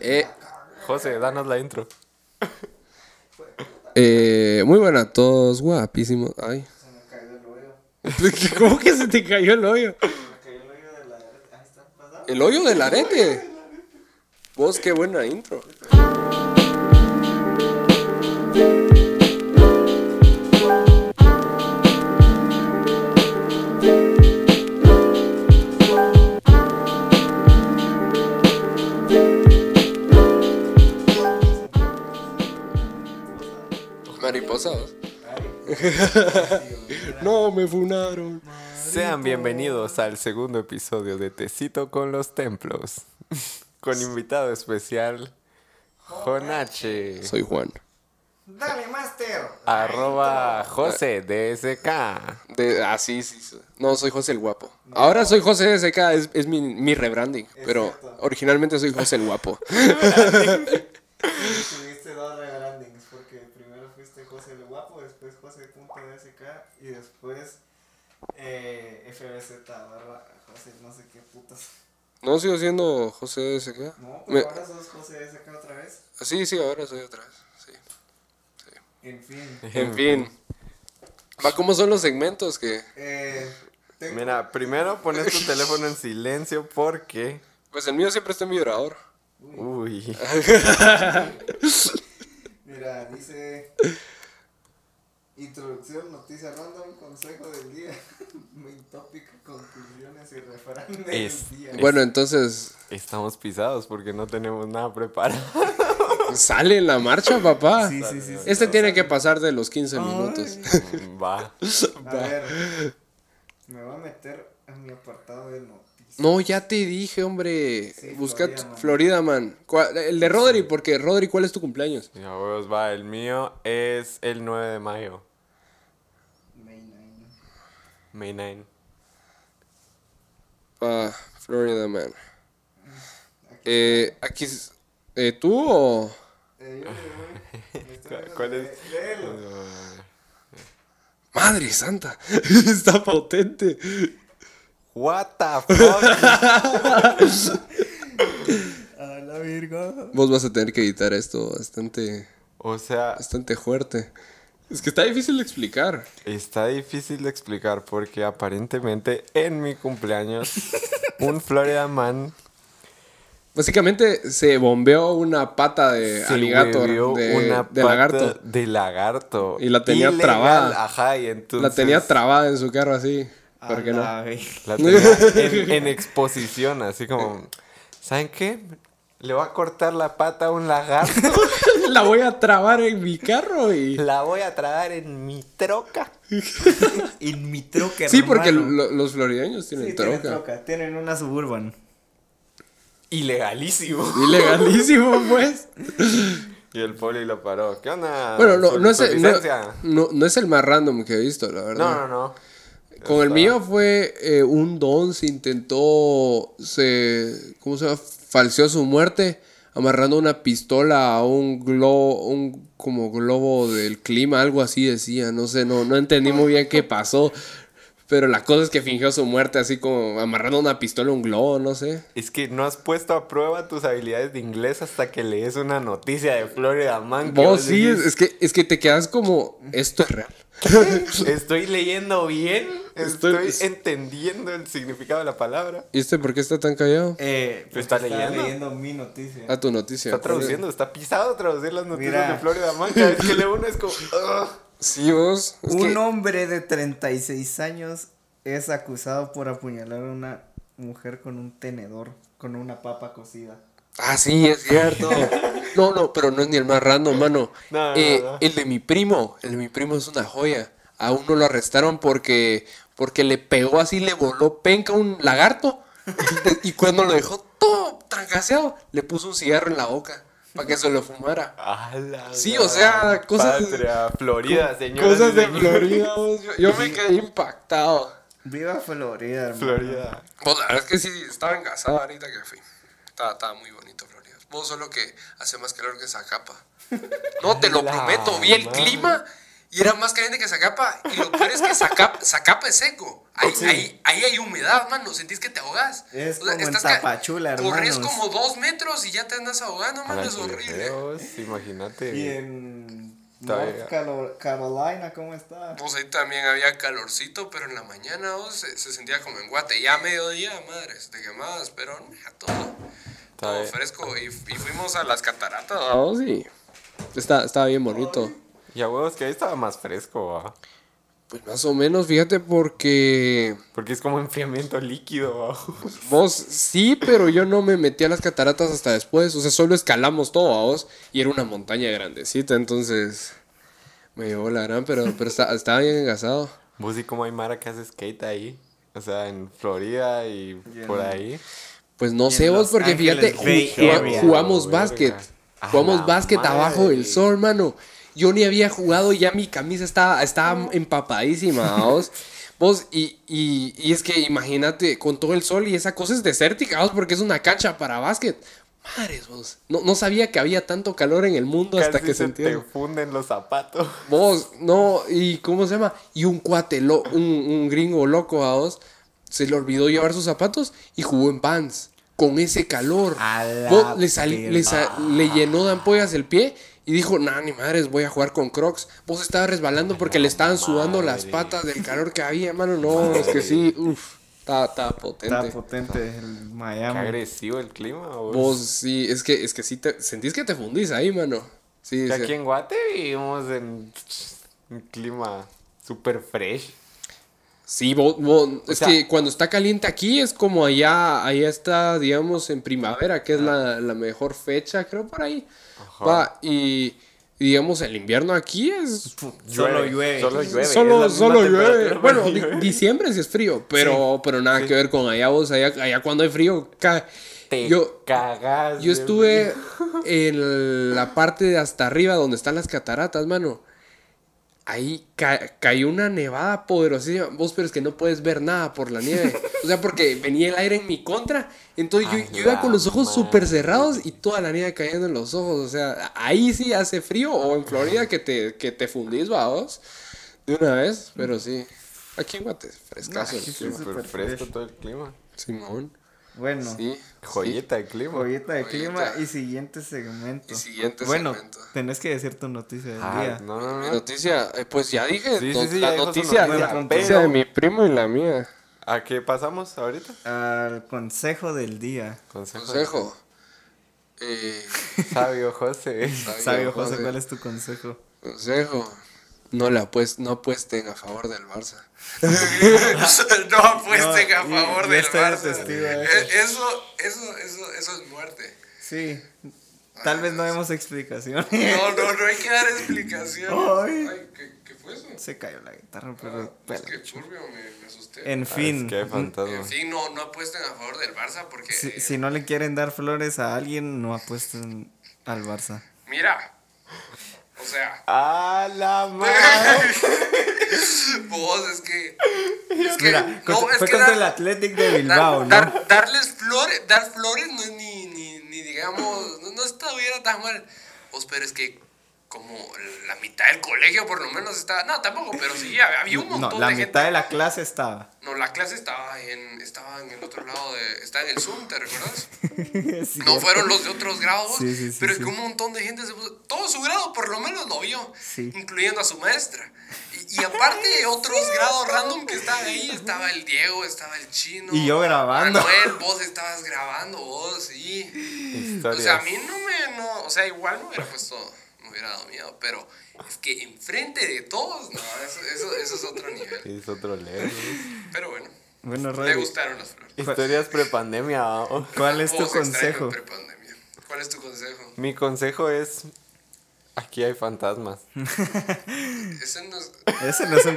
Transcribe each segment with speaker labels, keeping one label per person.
Speaker 1: Eh,
Speaker 2: José, danos la intro.
Speaker 1: eh, muy buenas a todos, guapísimos. Ay.
Speaker 3: Se me cayó el hoyo.
Speaker 1: ¿Cómo que se te cayó el hoyo?
Speaker 3: Se me cayó el hoyo de la. Ahí está, pasado.
Speaker 1: El hoyo del arete. Vos, qué buena intro. Mariposa. vos. No, me funaron.
Speaker 2: Sean bienvenidos al segundo episodio de Tecito con los Templos. Con invitado especial, Jonache.
Speaker 1: Soy Juan.
Speaker 3: Dale, Master.
Speaker 2: Arroba José DSK.
Speaker 1: De, ah, sí, sí, sí. No, soy José el Guapo. Ahora soy José SK, es, es mi, mi rebranding. Pero originalmente soy José el Guapo.
Speaker 3: Tuviste dos rebrandings porque primero fuiste José el Guapo, después José.dsk y después eh, FBZ barra José no sé qué putas.
Speaker 1: ¿No sigo siendo José SK?
Speaker 3: No, pero
Speaker 1: Me-
Speaker 3: ahora sos José SK otra vez.
Speaker 1: sí, sí, ahora soy otra vez. sí.
Speaker 3: En fin.
Speaker 1: En fin. Va, ¿cómo son los segmentos que...?
Speaker 3: Eh, tengo-
Speaker 2: Mira, primero pones tu teléfono en silencio porque.
Speaker 1: Pues el mío siempre está en vibrador.
Speaker 2: Uy.
Speaker 3: Mira, dice. Introducción, noticia random, consejo del día, main topic, conclusiones y refrán del
Speaker 2: Es-
Speaker 3: día.
Speaker 1: Bueno, entonces...
Speaker 2: Estamos pisados porque no tenemos nada preparado.
Speaker 1: Sale en la marcha, papá.
Speaker 3: Sí, sí, sí, sí.
Speaker 1: Este tiene que pasar de los 15 minutos.
Speaker 2: Va.
Speaker 3: A ver, me voy a meter a mi apartado de noticias.
Speaker 1: No, ya te dije, hombre.
Speaker 3: Sí,
Speaker 1: Busca
Speaker 3: Florida
Speaker 1: Florida Man.
Speaker 3: Man.
Speaker 1: ¿Cuál- El de Rodri, porque Rodri, ¿cuál es tu cumpleaños?
Speaker 2: Ya, huevos, va. El mío es el 9 de mayo.
Speaker 3: May nine.
Speaker 2: May 9.
Speaker 1: Ah, Florida Man.
Speaker 3: Aquí-
Speaker 1: Eh, aquí. s- eh, ¿Tú o.?
Speaker 3: Eh, yo le voy- me estoy viendo-
Speaker 2: ¿Cuál es?
Speaker 3: Lé- léelo.
Speaker 1: Madre santa, está potente.
Speaker 2: What the fuck?
Speaker 3: A la virgo.
Speaker 1: Vos vas a tener que editar esto bastante,
Speaker 2: O sea,
Speaker 1: bastante fuerte. Es que está difícil de explicar.
Speaker 2: está difícil de explicar porque aparentemente en mi cumpleaños un Florida Man
Speaker 1: Básicamente se bombeó una pata de
Speaker 2: se
Speaker 1: aligator,
Speaker 2: huevió
Speaker 1: de,
Speaker 2: una
Speaker 1: de
Speaker 2: pata
Speaker 1: lagarto.
Speaker 2: de lagarto.
Speaker 1: Y la tenía
Speaker 2: Ilegal,
Speaker 1: trabada.
Speaker 2: Ajá, y entonces
Speaker 1: La tenía trabada en su carro así. ¿Por qué no?
Speaker 2: la tenía en, en exposición, así como ¿Saben qué? Le voy a cortar la pata a un lagarto,
Speaker 1: La voy a trabar en mi carro y...
Speaker 2: la voy a tragar en mi troca.
Speaker 3: En mi troca,
Speaker 1: Sí, porque
Speaker 3: hermano.
Speaker 1: lo- los florideños tienen
Speaker 3: Sí,
Speaker 1: troca.
Speaker 3: tienen troca. Tienen una suburban.
Speaker 2: Ilegalísimo.
Speaker 1: Ilegalísimo, pues.
Speaker 2: Y el poli lo paró. ¿Qué onda?
Speaker 1: bueno, no,
Speaker 2: ¿Su-
Speaker 1: no, es
Speaker 2: su
Speaker 1: el, no,
Speaker 2: licencia?
Speaker 1: no- no es el más random que he visto, la verdad.
Speaker 2: No, no, no.
Speaker 1: Con el
Speaker 2: Está-
Speaker 1: mío fue eh, un don, se intentó, se, ¿cómo se llama? Falseó su muerte amarrando una pistola a un globo, un como globo del clima, algo así decía, no sé, no, no entendí muy bien qué pasó. Pero la cosa es que fingió su muerte así como amarrando una pistola a un globo, no sé.
Speaker 2: Es que no has puesto a prueba tus habilidades de inglés hasta que lees una noticia de Florida Man. que
Speaker 1: Vos Oh, sí, es,
Speaker 2: decís,
Speaker 1: es que, es que te quedas como, esto es real.
Speaker 2: Estoy leyendo bien.
Speaker 1: Estoy-
Speaker 2: Estoy, entendiendo el significado de la palabra.
Speaker 1: ¿Y este por qué está tan callado?
Speaker 3: Eh,
Speaker 1: pues,
Speaker 2: ¿Lo está
Speaker 3: porque
Speaker 2: leyendo?
Speaker 3: mi noticia.
Speaker 1: A tu noticia.
Speaker 2: Está traduciendo, está pisado traducir las noticias
Speaker 3: Mira.
Speaker 2: de Florida Man. Cada vez que lee uno es como. "Ugh".
Speaker 1: Sí, vos. es que-
Speaker 3: Un hombre de 36 años es acusado por apuñalar a una mujer con un tenedor, con una papa cocida.
Speaker 1: Ah, sí, es cierto. No, no, pero no es ni el más random, mano.
Speaker 2: No, no,
Speaker 1: Eh,
Speaker 2: no.
Speaker 1: El de mi primo, el de mi primo es una joya. A uno lo arrestaron porque, porque le pegó así, le voló penca un lagarto. Y cuando lo dejó todo trancaseado, le puso un cigarro en la boca para que se lo fumara.
Speaker 2: A la
Speaker 1: Sí, o sea, cosas-
Speaker 2: Patria, Florida, señor.
Speaker 1: Cosas de Florida, vos. yo, yo me quedé impactado.
Speaker 3: Viva Florida, hermano.
Speaker 2: Florida.
Speaker 1: Vos,
Speaker 4: Pues,
Speaker 1: la verdad es que sí, estaba engasado ahorita que fui. Estaba, estaba muy bonito, Florida. Vos solo que hace más calor que esa capa. No, te lo
Speaker 2: La
Speaker 1: prometo, vi el
Speaker 2: madre.
Speaker 1: clima
Speaker 4: Y era más caliente que Zacapa. Y lo peor es que Zacapa, Zacapa es seco. Ahí,
Speaker 3: Sí.
Speaker 4: ahí, ahí hay humedad, mano. Sentís que te ahogas.
Speaker 3: Es como en
Speaker 4: ca-
Speaker 3: Tapachula,
Speaker 4: Corres
Speaker 3: hermanos.
Speaker 4: como dos metros y ya te andas ahogando, mano.
Speaker 2: Para
Speaker 4: Ah, Es horrible.
Speaker 2: culeros, imagínate.
Speaker 3: Y en
Speaker 2: Todavía.
Speaker 3: North Calo- Carolina, ¿cómo está?
Speaker 4: Pues ahí también había calorcito, pero en la mañana vos, se, se sentía como en guate. Ya a mediodía, madre, se te quemabas, pero nah, todo, todo
Speaker 2: bien.
Speaker 4: fresco. Y, y fuimos a las cataratas. ¿va?
Speaker 1: Ah, oh, sí. Está, estaba bien bonito.
Speaker 2: Y a huevos que ahí estaba más fresco, ¿va?
Speaker 1: Pues más o menos, fíjate, porque
Speaker 2: Porque es como enfriamiento líquido, ¿va?
Speaker 1: vos sí, pero yo no me metí a las cataratas hasta después. O sea, solo escalamos todo a vos y era una montaña grandecita, entonces me llevó la gran, pero, pero está- estaba bien engasado.
Speaker 2: Vos Pues, y como hay mara que hace skate ahí. O sea, en Florida y
Speaker 3: Y en-
Speaker 2: por ahí.
Speaker 1: Pues no
Speaker 3: en
Speaker 1: sé vos,
Speaker 3: Los
Speaker 1: porque
Speaker 3: Ángeles
Speaker 1: fíjate,
Speaker 3: Bay
Speaker 1: ju- ju-
Speaker 3: Area.
Speaker 1: jugamos
Speaker 2: Verga.
Speaker 1: básquet.
Speaker 2: A Ah, la
Speaker 1: Jugamos básquet
Speaker 2: madre.
Speaker 1: abajo del sol, mano. Yo ni había jugado, ya mi camisa estaba, estaba empapadísima, vos. Vos, y, y, y es que imagínate, con todo el sol y esa cosa es desértica, vos, porque es una cancha para básquet. Madres, vos. No, no sabía que había tanto calor en el mundo hasta
Speaker 2: Casi
Speaker 1: que
Speaker 2: se
Speaker 1: sentí.
Speaker 2: te funden los zapatos.
Speaker 1: Vos, no, y ¿cómo se llama? Y un cuate, lo- un, un gringo loco a vos, se le olvidó llevar sus zapatos y jugó en pants. Con ese calor.
Speaker 3: A la
Speaker 1: Vos, le, sal- le sa- le llenó de ampollas el pie y dijo, nah, ni madres, voy a jugar con crocs. Vos estaba resbalando porque le estaban sudando las
Speaker 2: madre.
Speaker 1: patas del calor que había, mano. No, es que sí, uff, está, está potente.
Speaker 3: Está potente el
Speaker 2: Qué
Speaker 3: Miami.
Speaker 2: agresivo el clima, vos.
Speaker 1: Vos, sí, es que, es que sí, te, sentís que te fundís ahí, mano. Sí,
Speaker 2: Que
Speaker 1: sí.
Speaker 2: aquí en Guate vivimos en un clima super fresh.
Speaker 1: Sí, bo- bo- es
Speaker 2: sea-
Speaker 1: que cuando está caliente aquí es como allá, allá está, digamos, en primavera, que es la, la mejor fecha, creo, por ahí. Va, y, y digamos, el invierno aquí es...
Speaker 3: Solo llueve.
Speaker 2: Solo llueve.
Speaker 1: Solo,
Speaker 2: es la misma
Speaker 1: solo llueve.
Speaker 2: temperatura,
Speaker 1: Bueno,
Speaker 2: pero
Speaker 1: di-
Speaker 2: llueve.
Speaker 1: diciembre sí es frío, pero, pero nada que ver con allá vos, allá, allá cuando hay frío, ca-
Speaker 2: Te
Speaker 1: yo,
Speaker 2: cagás
Speaker 1: yo
Speaker 2: de
Speaker 1: estuve
Speaker 2: frío.
Speaker 1: en la parte de hasta arriba donde están las cataratas, mano. Ahí ca- cayó una nevada poderosísima. Vos, pero es que no puedes ver nada por la nieve. O sea, porque venía el aire en mi contra. Entonces yo,
Speaker 2: Ay,
Speaker 1: yo iba con los
Speaker 2: Ah, la
Speaker 1: ojos súper
Speaker 2: madre.
Speaker 1: cerrados y toda la nieve cayendo en los ojos. O sea, ahí sí hace frío. O en Florida que te, que te fundís, vaos. De una vez, pero sí. Aquí en Guate, frescazo. el
Speaker 3: sí,
Speaker 1: clima.
Speaker 3: sí.
Speaker 2: Super
Speaker 3: Súper
Speaker 2: fresco
Speaker 3: fresh.
Speaker 2: todo el clima.
Speaker 1: Simón.
Speaker 3: Bueno,
Speaker 1: Sí.
Speaker 2: Ah. Joyita de clima.
Speaker 3: joyita de clima
Speaker 4: Joyita.
Speaker 3: y siguiente segmento.
Speaker 4: Y siguiente
Speaker 3: bueno,
Speaker 4: segmento.
Speaker 3: tenés que decir tu noticia del
Speaker 2: Ah,
Speaker 3: día.
Speaker 2: no, no,
Speaker 1: Mi
Speaker 2: no.
Speaker 1: noticia, eh, pues ya dije.
Speaker 2: Sí,
Speaker 1: no-
Speaker 2: sí, sí, ya
Speaker 1: la
Speaker 2: dijo su
Speaker 1: noticia,
Speaker 2: noticia,
Speaker 1: la
Speaker 3: pero-
Speaker 1: noticia de mi primo y la mía.
Speaker 2: ¿A qué pasamos ahorita?
Speaker 3: Al consejo del día.
Speaker 2: Consejo.
Speaker 1: Consejo. Eh,
Speaker 2: Sabio José.
Speaker 3: Sabio José, ¿cuál es tu consejo?
Speaker 1: Consejo. No, la apues- no apuesten a favor del Barça.
Speaker 4: no apuesten
Speaker 3: No,
Speaker 4: a
Speaker 3: y-
Speaker 4: favor
Speaker 3: y
Speaker 4: del
Speaker 3: este era
Speaker 4: Barça.
Speaker 3: testigo de
Speaker 4: Eh, Eso, eso, eso, eso es muerte.
Speaker 3: Sí, tal vez no demos explicación.
Speaker 4: Ah, No, no, no hay que dar explicación.
Speaker 3: Ay.
Speaker 4: Ay, ¿qué, qué fue eso?
Speaker 3: Se cayó la guitarra, pero...
Speaker 4: Ah, Es
Speaker 3: pero-
Speaker 4: que Ah, turbio, me, me asusté.
Speaker 3: En fin,
Speaker 2: qué fantasma.
Speaker 4: En fin, no, no apuesten a favor del Barça porque.
Speaker 3: si,
Speaker 4: eh,
Speaker 3: si no le quieren dar flores a alguien, no apuesten al Barça.
Speaker 4: Mira. O sea,
Speaker 2: ¡A la madre!
Speaker 4: vos es que. Es que.
Speaker 3: Mira,
Speaker 4: no,
Speaker 3: contra-
Speaker 4: es
Speaker 3: fue
Speaker 4: que
Speaker 3: contra
Speaker 4: dar-
Speaker 3: el Athletic de
Speaker 4: dar-
Speaker 3: Bilbao, ¿no?
Speaker 4: dar- darles flores, dar flores no es ni, ni, ni digamos, no, no estuviera tan mal. Vos, pero es que como la mitad del colegio por lo menos estaba, no, tampoco, pero sí, había, había un montón
Speaker 3: No, la
Speaker 4: de
Speaker 3: mitad
Speaker 4: gente.
Speaker 3: de la clase estaba.
Speaker 4: No, la clase estaba en, estaba en el otro lado, de, estaba en el Zoom, ¿te recuerdas?
Speaker 3: Es
Speaker 4: No
Speaker 3: cierto.
Speaker 4: fueron los de otros grados,
Speaker 3: Sí, sí, sí,
Speaker 4: pero es
Speaker 3: sí.
Speaker 4: que un montón de gente se puso. Todo su grado, por lo menos, lo vio,
Speaker 3: Sí.
Speaker 4: incluyendo a su maestra. Y, y aparte de otros grados random que estaban ahí, estaba el Diego, estaba el Chino.
Speaker 3: Y yo grabando.
Speaker 4: Manuel, vos estabas grabando, vos, sí. O sea, a
Speaker 2: Historias.
Speaker 4: mí no me. No, o sea, igual no hubiera puesto. Me hubiera dado miedo, pero es que enfrente de todos, no, eso, eso, eso es otro nivel.
Speaker 2: Es otro level.
Speaker 4: Pero bueno,
Speaker 3: Bueno,
Speaker 4: me
Speaker 3: Rodri,
Speaker 4: gustaron las flores.
Speaker 3: Pues,
Speaker 2: Historias prepandemia. ¿no?
Speaker 3: ¿cuál es tu
Speaker 4: Vos extraño
Speaker 3: consejo?
Speaker 4: prepandemia. ¿Cuál es tu consejo?
Speaker 2: Mi consejo es: aquí hay fantasmas.
Speaker 3: Mm.
Speaker 4: Ese no es-
Speaker 3: Ese no es un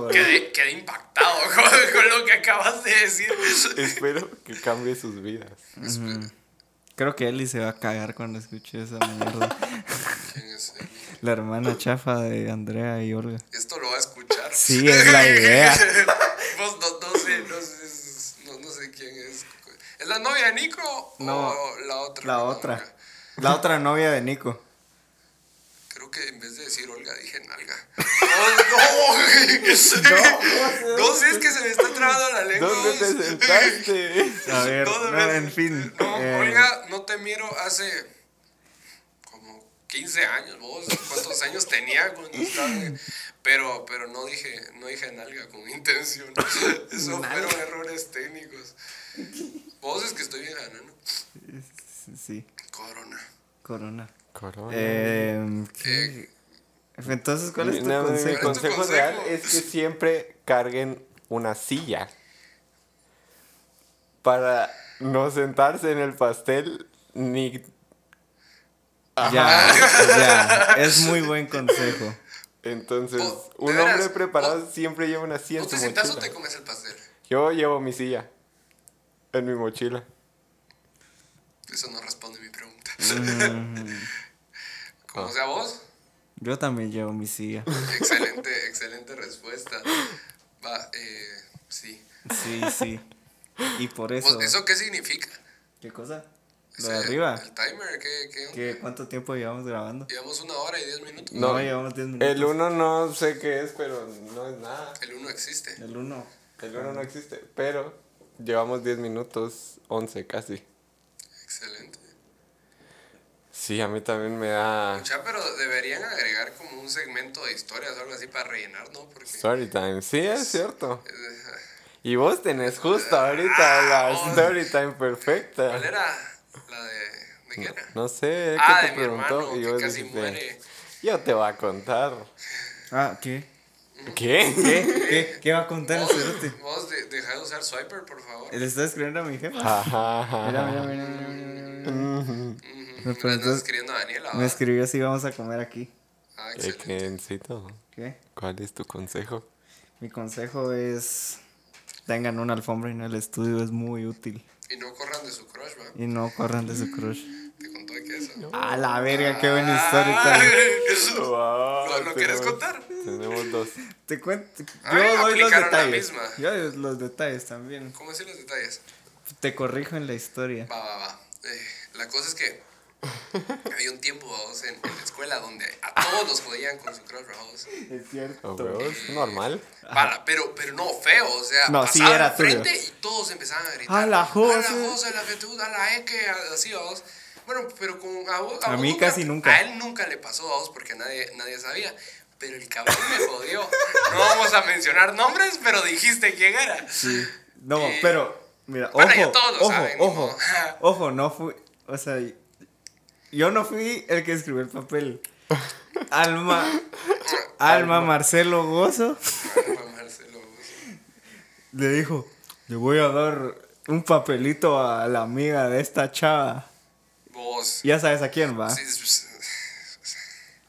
Speaker 3: bro.
Speaker 4: Quedé, quedé impactado con, con lo que acabas de decir.
Speaker 2: Espero que cambie sus vidas.
Speaker 3: Creo que Eli se va a cagar cuando escuche esa mierda.
Speaker 4: ¿Quién es él?
Speaker 3: La hermana chafa de Andrea y Olga.
Speaker 4: Esto lo va a escuchar.
Speaker 3: Sí, es la idea.
Speaker 4: Vos no, no sé, no sé, es- no, no sé quién es. ¿Es la novia de Nico
Speaker 3: No,
Speaker 4: o la otra?
Speaker 3: La
Speaker 4: No,
Speaker 3: otra.
Speaker 4: nunca.
Speaker 3: La otra novia de Nico.
Speaker 4: Creo
Speaker 5: que en vez de decir Olga dije nalga. ¡Oh, no! no, no, si es que se me está trabando la lengua.
Speaker 2: ¿Dónde te sentaste?
Speaker 3: A ver,
Speaker 5: No, de
Speaker 3: no,
Speaker 5: verdad.
Speaker 3: en fin.
Speaker 5: No,
Speaker 3: eh,
Speaker 5: Olga, no te miro hace como 15 años, vos, ¿cuántos años tenía cuando estaba? Pero, pero no dije, no dije nalga con intención. Eso fueron errores técnicos. Vos es que estoy bien ganando.
Speaker 3: Sí,
Speaker 5: Corona.
Speaker 3: corona.
Speaker 2: Corona.
Speaker 3: Eh, ¿qué? Entonces, ¿cuál es tu
Speaker 2: No, Mi
Speaker 3: consejo?
Speaker 5: ¿Cuál es tu
Speaker 2: consejo
Speaker 5: consejo?
Speaker 2: real es que siempre carguen una silla para no sentarse en el pastel ni
Speaker 3: Ya, ya, es muy buen consejo.
Speaker 2: entonces
Speaker 5: O- Oh, de
Speaker 2: un
Speaker 5: veras,
Speaker 2: hombre preparado
Speaker 5: o-
Speaker 2: siempre lleva una silla en
Speaker 5: ¿Vos
Speaker 2: su
Speaker 5: te sentás o
Speaker 2: mochila.
Speaker 5: te comes el pastel?
Speaker 2: Yo llevo mi silla en mi mochila.
Speaker 5: Eso no responde mi pregunta.
Speaker 3: Mm.
Speaker 5: Como sea vos,
Speaker 3: Yo también llevo mi silla.
Speaker 5: excelente, excelente respuesta. Va, eh, sí.
Speaker 3: Sí, sí. Y por
Speaker 5: Vos,
Speaker 3: eso.
Speaker 5: Pues ¿Eso qué significa?
Speaker 3: ¿Qué cosa? Lo
Speaker 5: Ese-
Speaker 3: de arriba.
Speaker 5: El timer, ¿qué? qué?
Speaker 3: ¿Qué, ¿Cuánto tiempo llevamos grabando?
Speaker 5: Llevamos una hora y diez minutos.
Speaker 3: No,
Speaker 2: No,
Speaker 3: llevamos 10 minutos.
Speaker 2: El uno no sé qué es, pero no es nada.
Speaker 5: El uno existe.
Speaker 3: El uno.
Speaker 2: El uno no existe, pero llevamos 10 minutos, 11 casi.
Speaker 5: Excelente.
Speaker 2: Sí, a mí también me da
Speaker 5: Ya, pero deberían agregar como un segmento de historias o algo así para rellenar, ¿no? Porque...
Speaker 2: story time. Sí, es cierto. Y vos tenés justo ahorita la
Speaker 5: vos.
Speaker 2: story time
Speaker 5: Ah, ¿Cuál
Speaker 2: perfecta.
Speaker 5: era la de... ¿De qué era?
Speaker 2: No sé, ¿qué
Speaker 5: ah,
Speaker 2: te
Speaker 5: de mi
Speaker 2: preguntó?
Speaker 5: hermano,
Speaker 2: y
Speaker 5: que
Speaker 2: vos
Speaker 5: casi
Speaker 2: dijiste,
Speaker 5: muere. Mm.
Speaker 2: yo te voy a contar.
Speaker 3: Ah, ¿qué?
Speaker 2: ¿Qué?
Speaker 3: ¿Qué? ¿Qué? ¿Qué va a contar el cerote?
Speaker 5: Vos, de, deja de usar Swiper, por favor.
Speaker 3: Le está escribiendo a mi jefa.
Speaker 2: Ajá, ajá.
Speaker 3: Mira, mira, mira, mira, mira, mira.
Speaker 5: Ujú,
Speaker 3: me
Speaker 5: le andas
Speaker 3: preguntó-
Speaker 5: escribiendo a Daniela.
Speaker 3: Me
Speaker 5: ¿va?
Speaker 3: escribió si vamos a comer aquí.
Speaker 5: Ah,
Speaker 2: Eh,
Speaker 5: excelente.
Speaker 2: Kencito,
Speaker 3: ¿Qué?
Speaker 2: ¿cuál es tu consejo?
Speaker 3: Mi consejo es. Tengan una alfombra en el estudio, es muy útil.
Speaker 5: Y no corran de su crush, va.
Speaker 3: Y no corran de su crush.
Speaker 5: Te contó de que eso.
Speaker 3: A la verga, qué buena historia.
Speaker 5: Ay,
Speaker 3: tal.
Speaker 5: eso.
Speaker 2: Wow,
Speaker 5: ¿Lo, lo quieres contar?
Speaker 2: Tenemos dos.
Speaker 3: Te cuento. Yo
Speaker 5: Ay,
Speaker 3: doy los
Speaker 5: aplicaron la
Speaker 3: detalles.
Speaker 5: misma.
Speaker 3: Yo doy los detalles también.
Speaker 5: ¿Cómo decir los detalles?
Speaker 3: Te corrijo en la historia.
Speaker 5: Va, va, va. Eh, la cosa es que había un tiempo vamos, en, en la escuela donde a todos nos podían con su crush, vamos.
Speaker 3: Es
Speaker 2: A
Speaker 3: cierto.
Speaker 2: huevos, normal.
Speaker 5: Para, pero, pero no feo, o sea,
Speaker 3: No, sí,
Speaker 5: pasaban
Speaker 3: era
Speaker 5: al frente
Speaker 3: tuyo.
Speaker 5: y todos empezaban a gritar.
Speaker 3: A la Jose.
Speaker 5: A la Jose, a la Betún, a la Eke, a- así, vamos. Bueno, pero con a vos-
Speaker 3: A
Speaker 5: vos
Speaker 3: mí casi nunca.
Speaker 5: A él nunca le pasó, vamos, porque nadie, nadie sabía. Pero el cabrón me jodió. No vamos a mencionar nombres, pero dijiste quién era.
Speaker 3: No,
Speaker 5: Eh,
Speaker 3: pero, mira,
Speaker 5: bueno,
Speaker 3: ojo,
Speaker 5: ya todos lo
Speaker 3: ojo,
Speaker 5: saben, ni
Speaker 3: ojo,
Speaker 5: modo.
Speaker 3: ojo, no fui, o sea, yo no fui el que escribió el papel. Alma,
Speaker 5: Ah,
Speaker 3: Alma Marcelo Gozo
Speaker 5: Para Marcelo,
Speaker 3: le dijo, le voy a dar un papelito a la amiga de esta chava.
Speaker 5: Vos.
Speaker 3: Ya sabes a quién va.
Speaker 5: Sí, pues, sí, sí.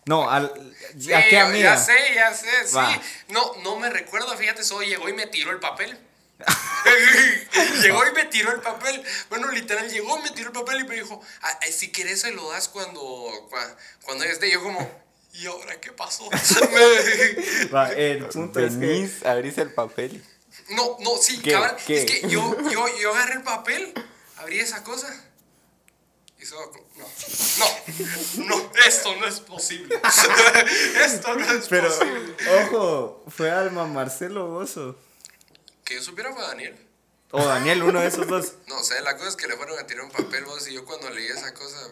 Speaker 3: No, al,
Speaker 5: Sí,
Speaker 3: ¿a qué
Speaker 5: ya-
Speaker 3: amiga?
Speaker 5: Ya sé, ya sé, sí.
Speaker 3: Va.
Speaker 5: No, no me recuerdo, fíjate, solo llegó y me tiró el papel. llegó y me tiró el papel. Bueno, literal, llegó, me tiró el papel y me dijo, "Ah, eh, si querés se lo das cuando, cua- cuando ya esté. Yo como, ¿y ahora qué pasó?
Speaker 3: Va, el punto es que,
Speaker 2: Venís, abrís el papel.
Speaker 5: no, no, sí,
Speaker 2: ¿Qué?
Speaker 5: cabrón.
Speaker 2: ¿Qué?
Speaker 5: Es que yo, yo, yo agarré el papel, abrí esa cosa. Y solo, como, no, no, no, esto no es posible. esto no es
Speaker 3: pero,
Speaker 5: posible.
Speaker 3: ojo, fue Alma Marcelo Gozo.
Speaker 5: Que yo supiera fue Daniel.
Speaker 3: O Daniel, uno de esos dos.
Speaker 5: No, o sea, la cosa es que le fueron a tirar un papel vos y yo cuando leí esa cosa...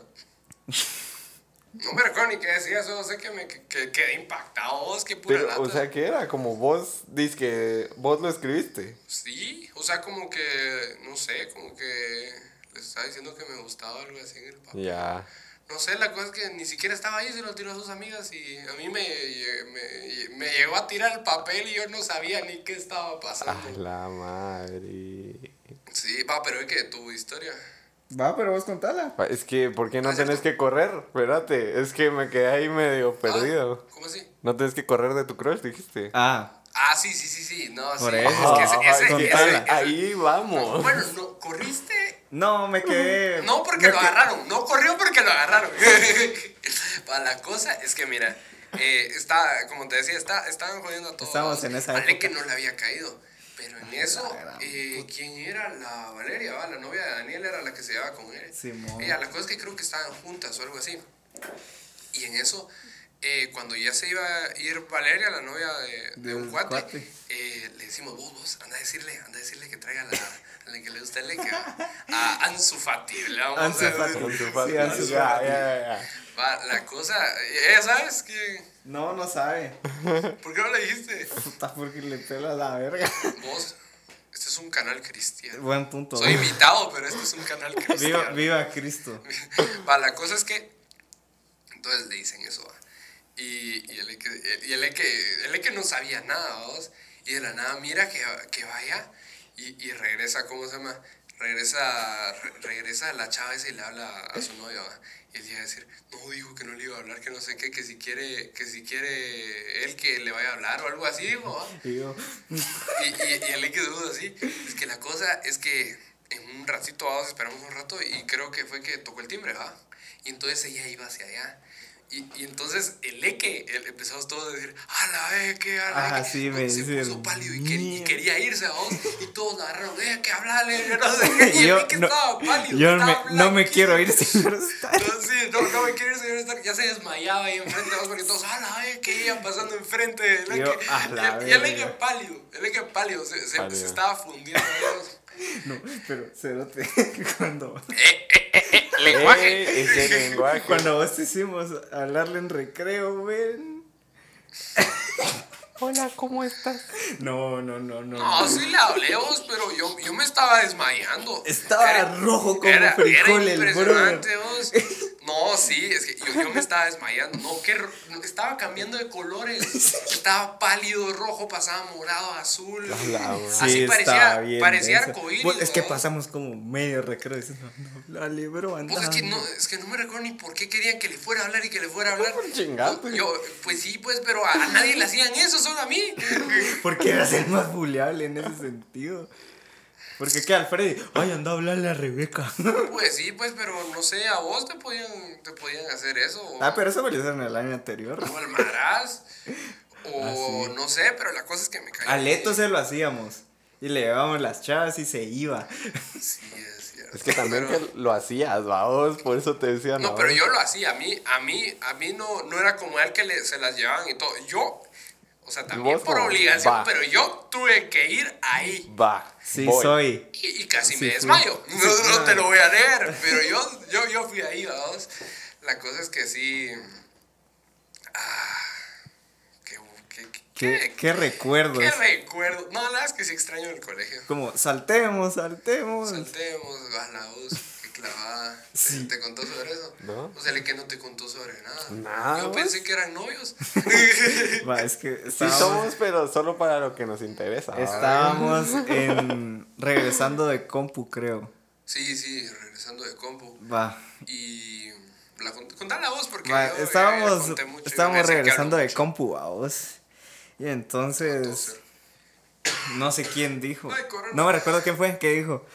Speaker 5: No me recuerdo ni qué decía, solo sé que me que- que quedé impactado vos, qué pura
Speaker 2: Pero,
Speaker 5: lata.
Speaker 2: o sea, ¿qué era? Como vos, dices que vos lo escribiste.
Speaker 5: Sí, o sea, como que, no sé, como que le estaba diciendo que me gustaba algo así en el papel.
Speaker 2: Ya.
Speaker 5: No sé, la cosa es que ni siquiera estaba ahí, se lo tiró a sus amigas y a mí me, me, me llegó a tirar el papel y yo no sabía ni qué estaba
Speaker 2: A
Speaker 5: pasando.
Speaker 2: Ah, la madre.
Speaker 5: Sí, va, pero es que tu historia.
Speaker 3: Va, pero vos contala.
Speaker 2: Pa- Es que, ¿por qué no
Speaker 5: Ah, cierto.
Speaker 2: tenés que correr? Espérate, es que me quedé ahí medio perdido.
Speaker 5: Ah, ¿Cómo así?
Speaker 2: No tenés que correr de tu crush, dijiste.
Speaker 3: Ah,
Speaker 5: Ah, sí, sí, sí, sí. No,
Speaker 3: Por
Speaker 5: sí.
Speaker 3: eso.
Speaker 5: Es que
Speaker 2: Ay,
Speaker 5: ese, ese, ese-
Speaker 2: contala.
Speaker 5: ese-
Speaker 2: ahí vamos.
Speaker 5: Bueno, no, corriste.
Speaker 3: No, me quedé.
Speaker 5: No porque
Speaker 3: me
Speaker 5: lo
Speaker 3: que-
Speaker 5: agarraron. No corrió porque lo agarraron. Para la cosa es que, mira, eh, está, como te decía, está, estaban jodiendo a todos.
Speaker 3: Estábamos en esa
Speaker 5: Ale
Speaker 3: época. Ah,
Speaker 5: que no le había caído. Pero en eso,
Speaker 3: gran
Speaker 5: eh, ¿quién era la Valeria? va? La novia de Daniel era la que se llevaba con él.
Speaker 3: Simón.
Speaker 5: Ella, la cosa es que creo que estaban juntas o algo así. Y en eso, eh, cuando ya se iba a ir Valeria, la novia de, de
Speaker 3: Del
Speaker 5: un cuate,
Speaker 3: cuate.
Speaker 5: eh, le decimos, vos, vos, anda a decirle, anda a decirle que traiga la, la que le gusta le que a Ansu Fati, le vamos a
Speaker 3: Ansu Fati.
Speaker 2: Con su
Speaker 3: Sí,
Speaker 2: padre.
Speaker 3: Ansu
Speaker 2: Ya,
Speaker 3: Fati.
Speaker 2: ya, ya.
Speaker 5: Va, la cosa, ella sabes que,
Speaker 3: No, no sabe.
Speaker 5: ¿por qué no le dijiste?
Speaker 3: Puta, porque le pela la verga.
Speaker 5: Vos, este es un canal cristiano.
Speaker 3: Buen punto.
Speaker 5: Soy invitado, pero este es un canal cristiano.
Speaker 3: Viva, viva Cristo.
Speaker 5: Va, la cosa es que. Entonces le dicen eso, va. Y, y el Eke el- y el Eke- el Eke no sabía nada, vamos. Y de la nada, mira que, que vaya y, y regresa, ¿cómo se llama? Regresa, re- regresa la chava esa y le habla a su novia, va. Y él iba a decir, no, dijo que no le iba a hablar, que no sé qué, que si quiere, que si quiere él que le vaya a hablar o algo así, dijo, va.
Speaker 3: Y yo,
Speaker 5: Y, y, y el X duda así. Es que la cosa es que en un ratito, vamos, esperamos un rato y creo que fue que tocó el timbre, ¿va? Y entonces ella iba hacia allá. Y, y entonces el Eque, el- empezamos todos a decir, a la Eque, a la
Speaker 3: Ajá,
Speaker 5: Eque".
Speaker 3: sí, me
Speaker 5: Como Se
Speaker 3: dicen,
Speaker 5: puso pálido y, que- y
Speaker 3: "Mierda".
Speaker 5: quería irse, vamos. Y todos la agarraron, eh, que hablale, yo no sé qué. Y el
Speaker 3: yo
Speaker 5: Eque
Speaker 3: no,
Speaker 5: estaba pálido.
Speaker 3: yo
Speaker 5: estaba
Speaker 3: me- no me
Speaker 5: blanquísimo.
Speaker 3: quiero ir sin estar.
Speaker 5: No, sí, no, no me quiero ir, señor Stark. Ya se desmayaba ahí enfrente, vamos, porque todos, a la vez que iban pasando enfrente del
Speaker 3: Yo,
Speaker 5: Eke".
Speaker 3: a la
Speaker 5: Y el- y el
Speaker 3: verga.
Speaker 5: Eke pálido, el Eke pálido, se, se,
Speaker 2: Pálido.
Speaker 5: se estaba fundiendo. digamos.
Speaker 3: No, pero cerote, cuando,
Speaker 2: Ey, ese lenguaje.
Speaker 3: cuando vos te hicimos hablarle en recreo, ven.
Speaker 2: Hola, ¿cómo estás?
Speaker 3: No, no, no, no.
Speaker 5: No, sí le hablé vos, pero yo, yo me estaba desmayando.
Speaker 3: Estaba rojo como frijol el
Speaker 5: impresionante, vos. No, sí, es que yo, yo me estaba desmayando. No, que ro- no, estaba cambiando de colores. Estaba pálido, rojo, pasaba morado, azul.
Speaker 2: La madre.
Speaker 5: Así parecía-
Speaker 3: estaba bien
Speaker 5: parecía
Speaker 3: denso.
Speaker 5: arcoíris,
Speaker 3: Bueno, Es que
Speaker 5: ¿no?
Speaker 3: pasamos como medio recreo diciendo, no, la libro anda.
Speaker 5: Pues es que no, es que no me recuerdo ni por qué querían que le fuera a hablar y que le fuera a hablar.
Speaker 2: Chingate.
Speaker 5: Yo, pues sí, pues, pero a, a nadie le hacían eso, solo a mí.
Speaker 3: Porque eras el más buleable en ese sentido. Porque que al Freddy, ay, anda a hablarle a Rebeca.
Speaker 5: Pues sí, pues, pero no sé, a vos te podían, te podían hacer eso. O,
Speaker 3: ah, pero eso me lo hicieron el año anterior.
Speaker 5: o al Maraz, O
Speaker 3: Ah, sí.
Speaker 5: no sé, pero la cosa es que me caí.
Speaker 3: A Leto se lo hacíamos. Y le llevábamos las chavas y se iba.
Speaker 5: Sí, es cierto.
Speaker 2: Es que también
Speaker 5: Pero-
Speaker 2: que lo hacías, vaos, por eso te decía
Speaker 5: No, pero yo lo hacía, a mí, a mí, a mí no, no era como él que le- se las llevaban y todo. Yo, o sea, también
Speaker 2: Vos
Speaker 5: por
Speaker 2: no,
Speaker 5: obligación,
Speaker 2: va.
Speaker 5: pero yo tuve que ir ahí.
Speaker 2: Va.
Speaker 3: Sí,
Speaker 2: voy.
Speaker 3: soy.
Speaker 5: Y, y casi
Speaker 3: Sí,
Speaker 5: me
Speaker 3: fui.
Speaker 5: desmayo.
Speaker 3: Sí,
Speaker 5: No, no
Speaker 3: claro.
Speaker 5: te lo voy a leer, pero yo, yo, yo fui ahí, vamos. La cosa es que sí. Ah, qué, qué,
Speaker 3: Qué,
Speaker 5: qué-
Speaker 3: qué
Speaker 5: qué
Speaker 3: recuerdos.
Speaker 5: recuerdo. No, la verdad es que sí extraño el colegio.
Speaker 3: Como, saltemos, saltemos.
Speaker 5: Saltemos, a la voz, qué clavada. ¿Te-
Speaker 3: Pues. Sí.
Speaker 5: ¿Te, contó sobre eso?
Speaker 2: No.
Speaker 5: O sea, le que no te contó sobre nada.
Speaker 2: Nada,
Speaker 5: Yo
Speaker 2: vos.
Speaker 3: pues.
Speaker 5: pensé que eran novios.
Speaker 3: Va, es que
Speaker 2: Sí
Speaker 3: estábamos,
Speaker 2: somos, pero solo para lo que nos interesa. vaos.
Speaker 3: estábamos en, regresando de compu, creo.
Speaker 5: sí, sí, regresando de compu.
Speaker 3: Va.
Speaker 5: Y la cont- contala vos porque
Speaker 3: Va,
Speaker 5: yo, eh,
Speaker 3: estábamos
Speaker 5: conté mucho y
Speaker 3: estábamos
Speaker 5: parece que hablo
Speaker 3: regresando de
Speaker 5: mucho.
Speaker 3: compu, vamos. Y entonces,
Speaker 5: Entonces,
Speaker 3: no sé quién dijo.
Speaker 5: Ay, corona.
Speaker 3: No me recuerdo quién fue, que dijo,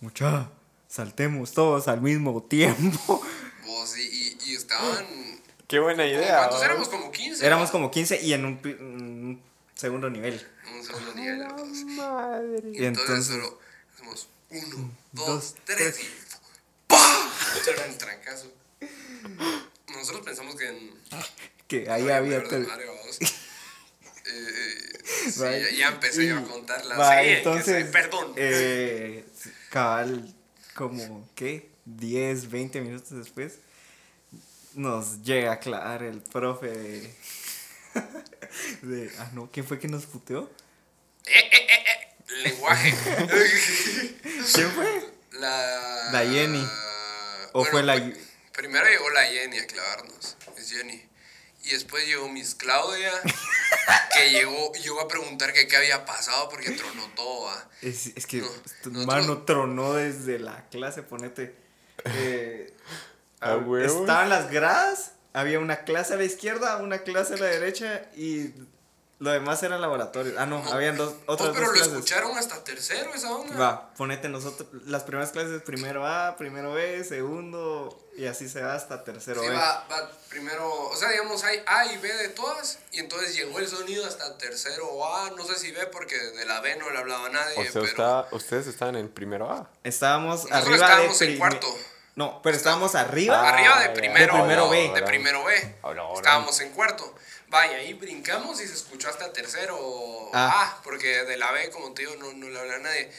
Speaker 3: mucha, saltemos todos al mismo tiempo.
Speaker 5: Vos pues, y, y, y estaban.
Speaker 2: Qué buena
Speaker 5: ¿Cómo
Speaker 2: idea.
Speaker 5: ¿Cuántos
Speaker 2: vaos.
Speaker 5: éramos? Como 15.
Speaker 3: Mm. Éramos
Speaker 5: ¿no?
Speaker 3: como 15 y en un, pi- un segundo nivel.
Speaker 5: Un solo nivel. vamos.
Speaker 2: Madre.
Speaker 5: Y
Speaker 3: entonces-
Speaker 5: entonces
Speaker 3: mm,
Speaker 5: solo hacemos uno,
Speaker 3: Dos,
Speaker 5: dos, tres y ¡pah! Era un trancazo. Nosotros pensamos que en.
Speaker 3: Que ahí
Speaker 5: no
Speaker 3: había...
Speaker 5: verde
Speaker 3: todo-
Speaker 5: Mario, vamos. Eh, eh, sí,
Speaker 3: Va,
Speaker 5: ya, ya empecé
Speaker 3: y-
Speaker 5: yo a contar la
Speaker 3: va,
Speaker 5: serie.
Speaker 3: entonces,
Speaker 5: Entonces, perdón.
Speaker 3: eh, cabal, como, ¿qué? 10, 20 minutos después, nos llega a aclarar el profe de, de- Ah, no, ¿quién fue que nos puteó?
Speaker 5: Lenguaje.
Speaker 3: ¿Quién fue?
Speaker 5: La.
Speaker 3: La Jenny. ¿O fue la-
Speaker 5: pri- Primero llegó la Jenny a clavarnos. Es Jenny. Y después llegó Miss Claudia. que llegó, llegó a preguntar que qué había pasado porque tronó todo. ¿va?
Speaker 3: Es, es que
Speaker 5: No,
Speaker 3: tu
Speaker 5: nosotros-
Speaker 3: mano tronó desde la clase, ponete. eh,
Speaker 2: A
Speaker 3: ah,
Speaker 2: huevo.
Speaker 3: estaban las gradas, había una clase a la izquierda, una clase a la derecha y lo demás eran laboratorios. Ah, no,
Speaker 5: No.
Speaker 3: habían dos, otras
Speaker 5: No, Pues, pero
Speaker 3: dos
Speaker 5: lo
Speaker 3: clases.
Speaker 5: escucharon hasta tercero esa onda.
Speaker 3: Va, ponete nosotros, las primeras clases, primero A, primero B, segundo, y así se va hasta tercero
Speaker 5: Sí,
Speaker 3: B.
Speaker 5: va, va primero, o sea, digamos, hay A y B de todas, y entonces llegó el sonido hasta tercero A, no sé si B, porque de la B no le hablaba a nadie,
Speaker 2: O sea,
Speaker 5: pero
Speaker 2: está- ustedes estaban en primero A.
Speaker 3: Estábamos
Speaker 5: nosotros
Speaker 3: arriba
Speaker 5: estábamos
Speaker 3: de
Speaker 5: en
Speaker 3: prime-
Speaker 5: cuarto, Ah,
Speaker 3: No, pero estábamos arriba.
Speaker 5: Arriba de
Speaker 2: ya.
Speaker 5: primero,
Speaker 3: Ah, De primero
Speaker 5: B.
Speaker 3: B.
Speaker 5: De primero B.
Speaker 2: Ahora, ahora.
Speaker 5: Estábamos en cuarto. Vaya, ahí brincamos y se escuchó hasta tercero
Speaker 3: Ah.
Speaker 5: A, porque de la B, como te digo, no, no le hablaba a nadie.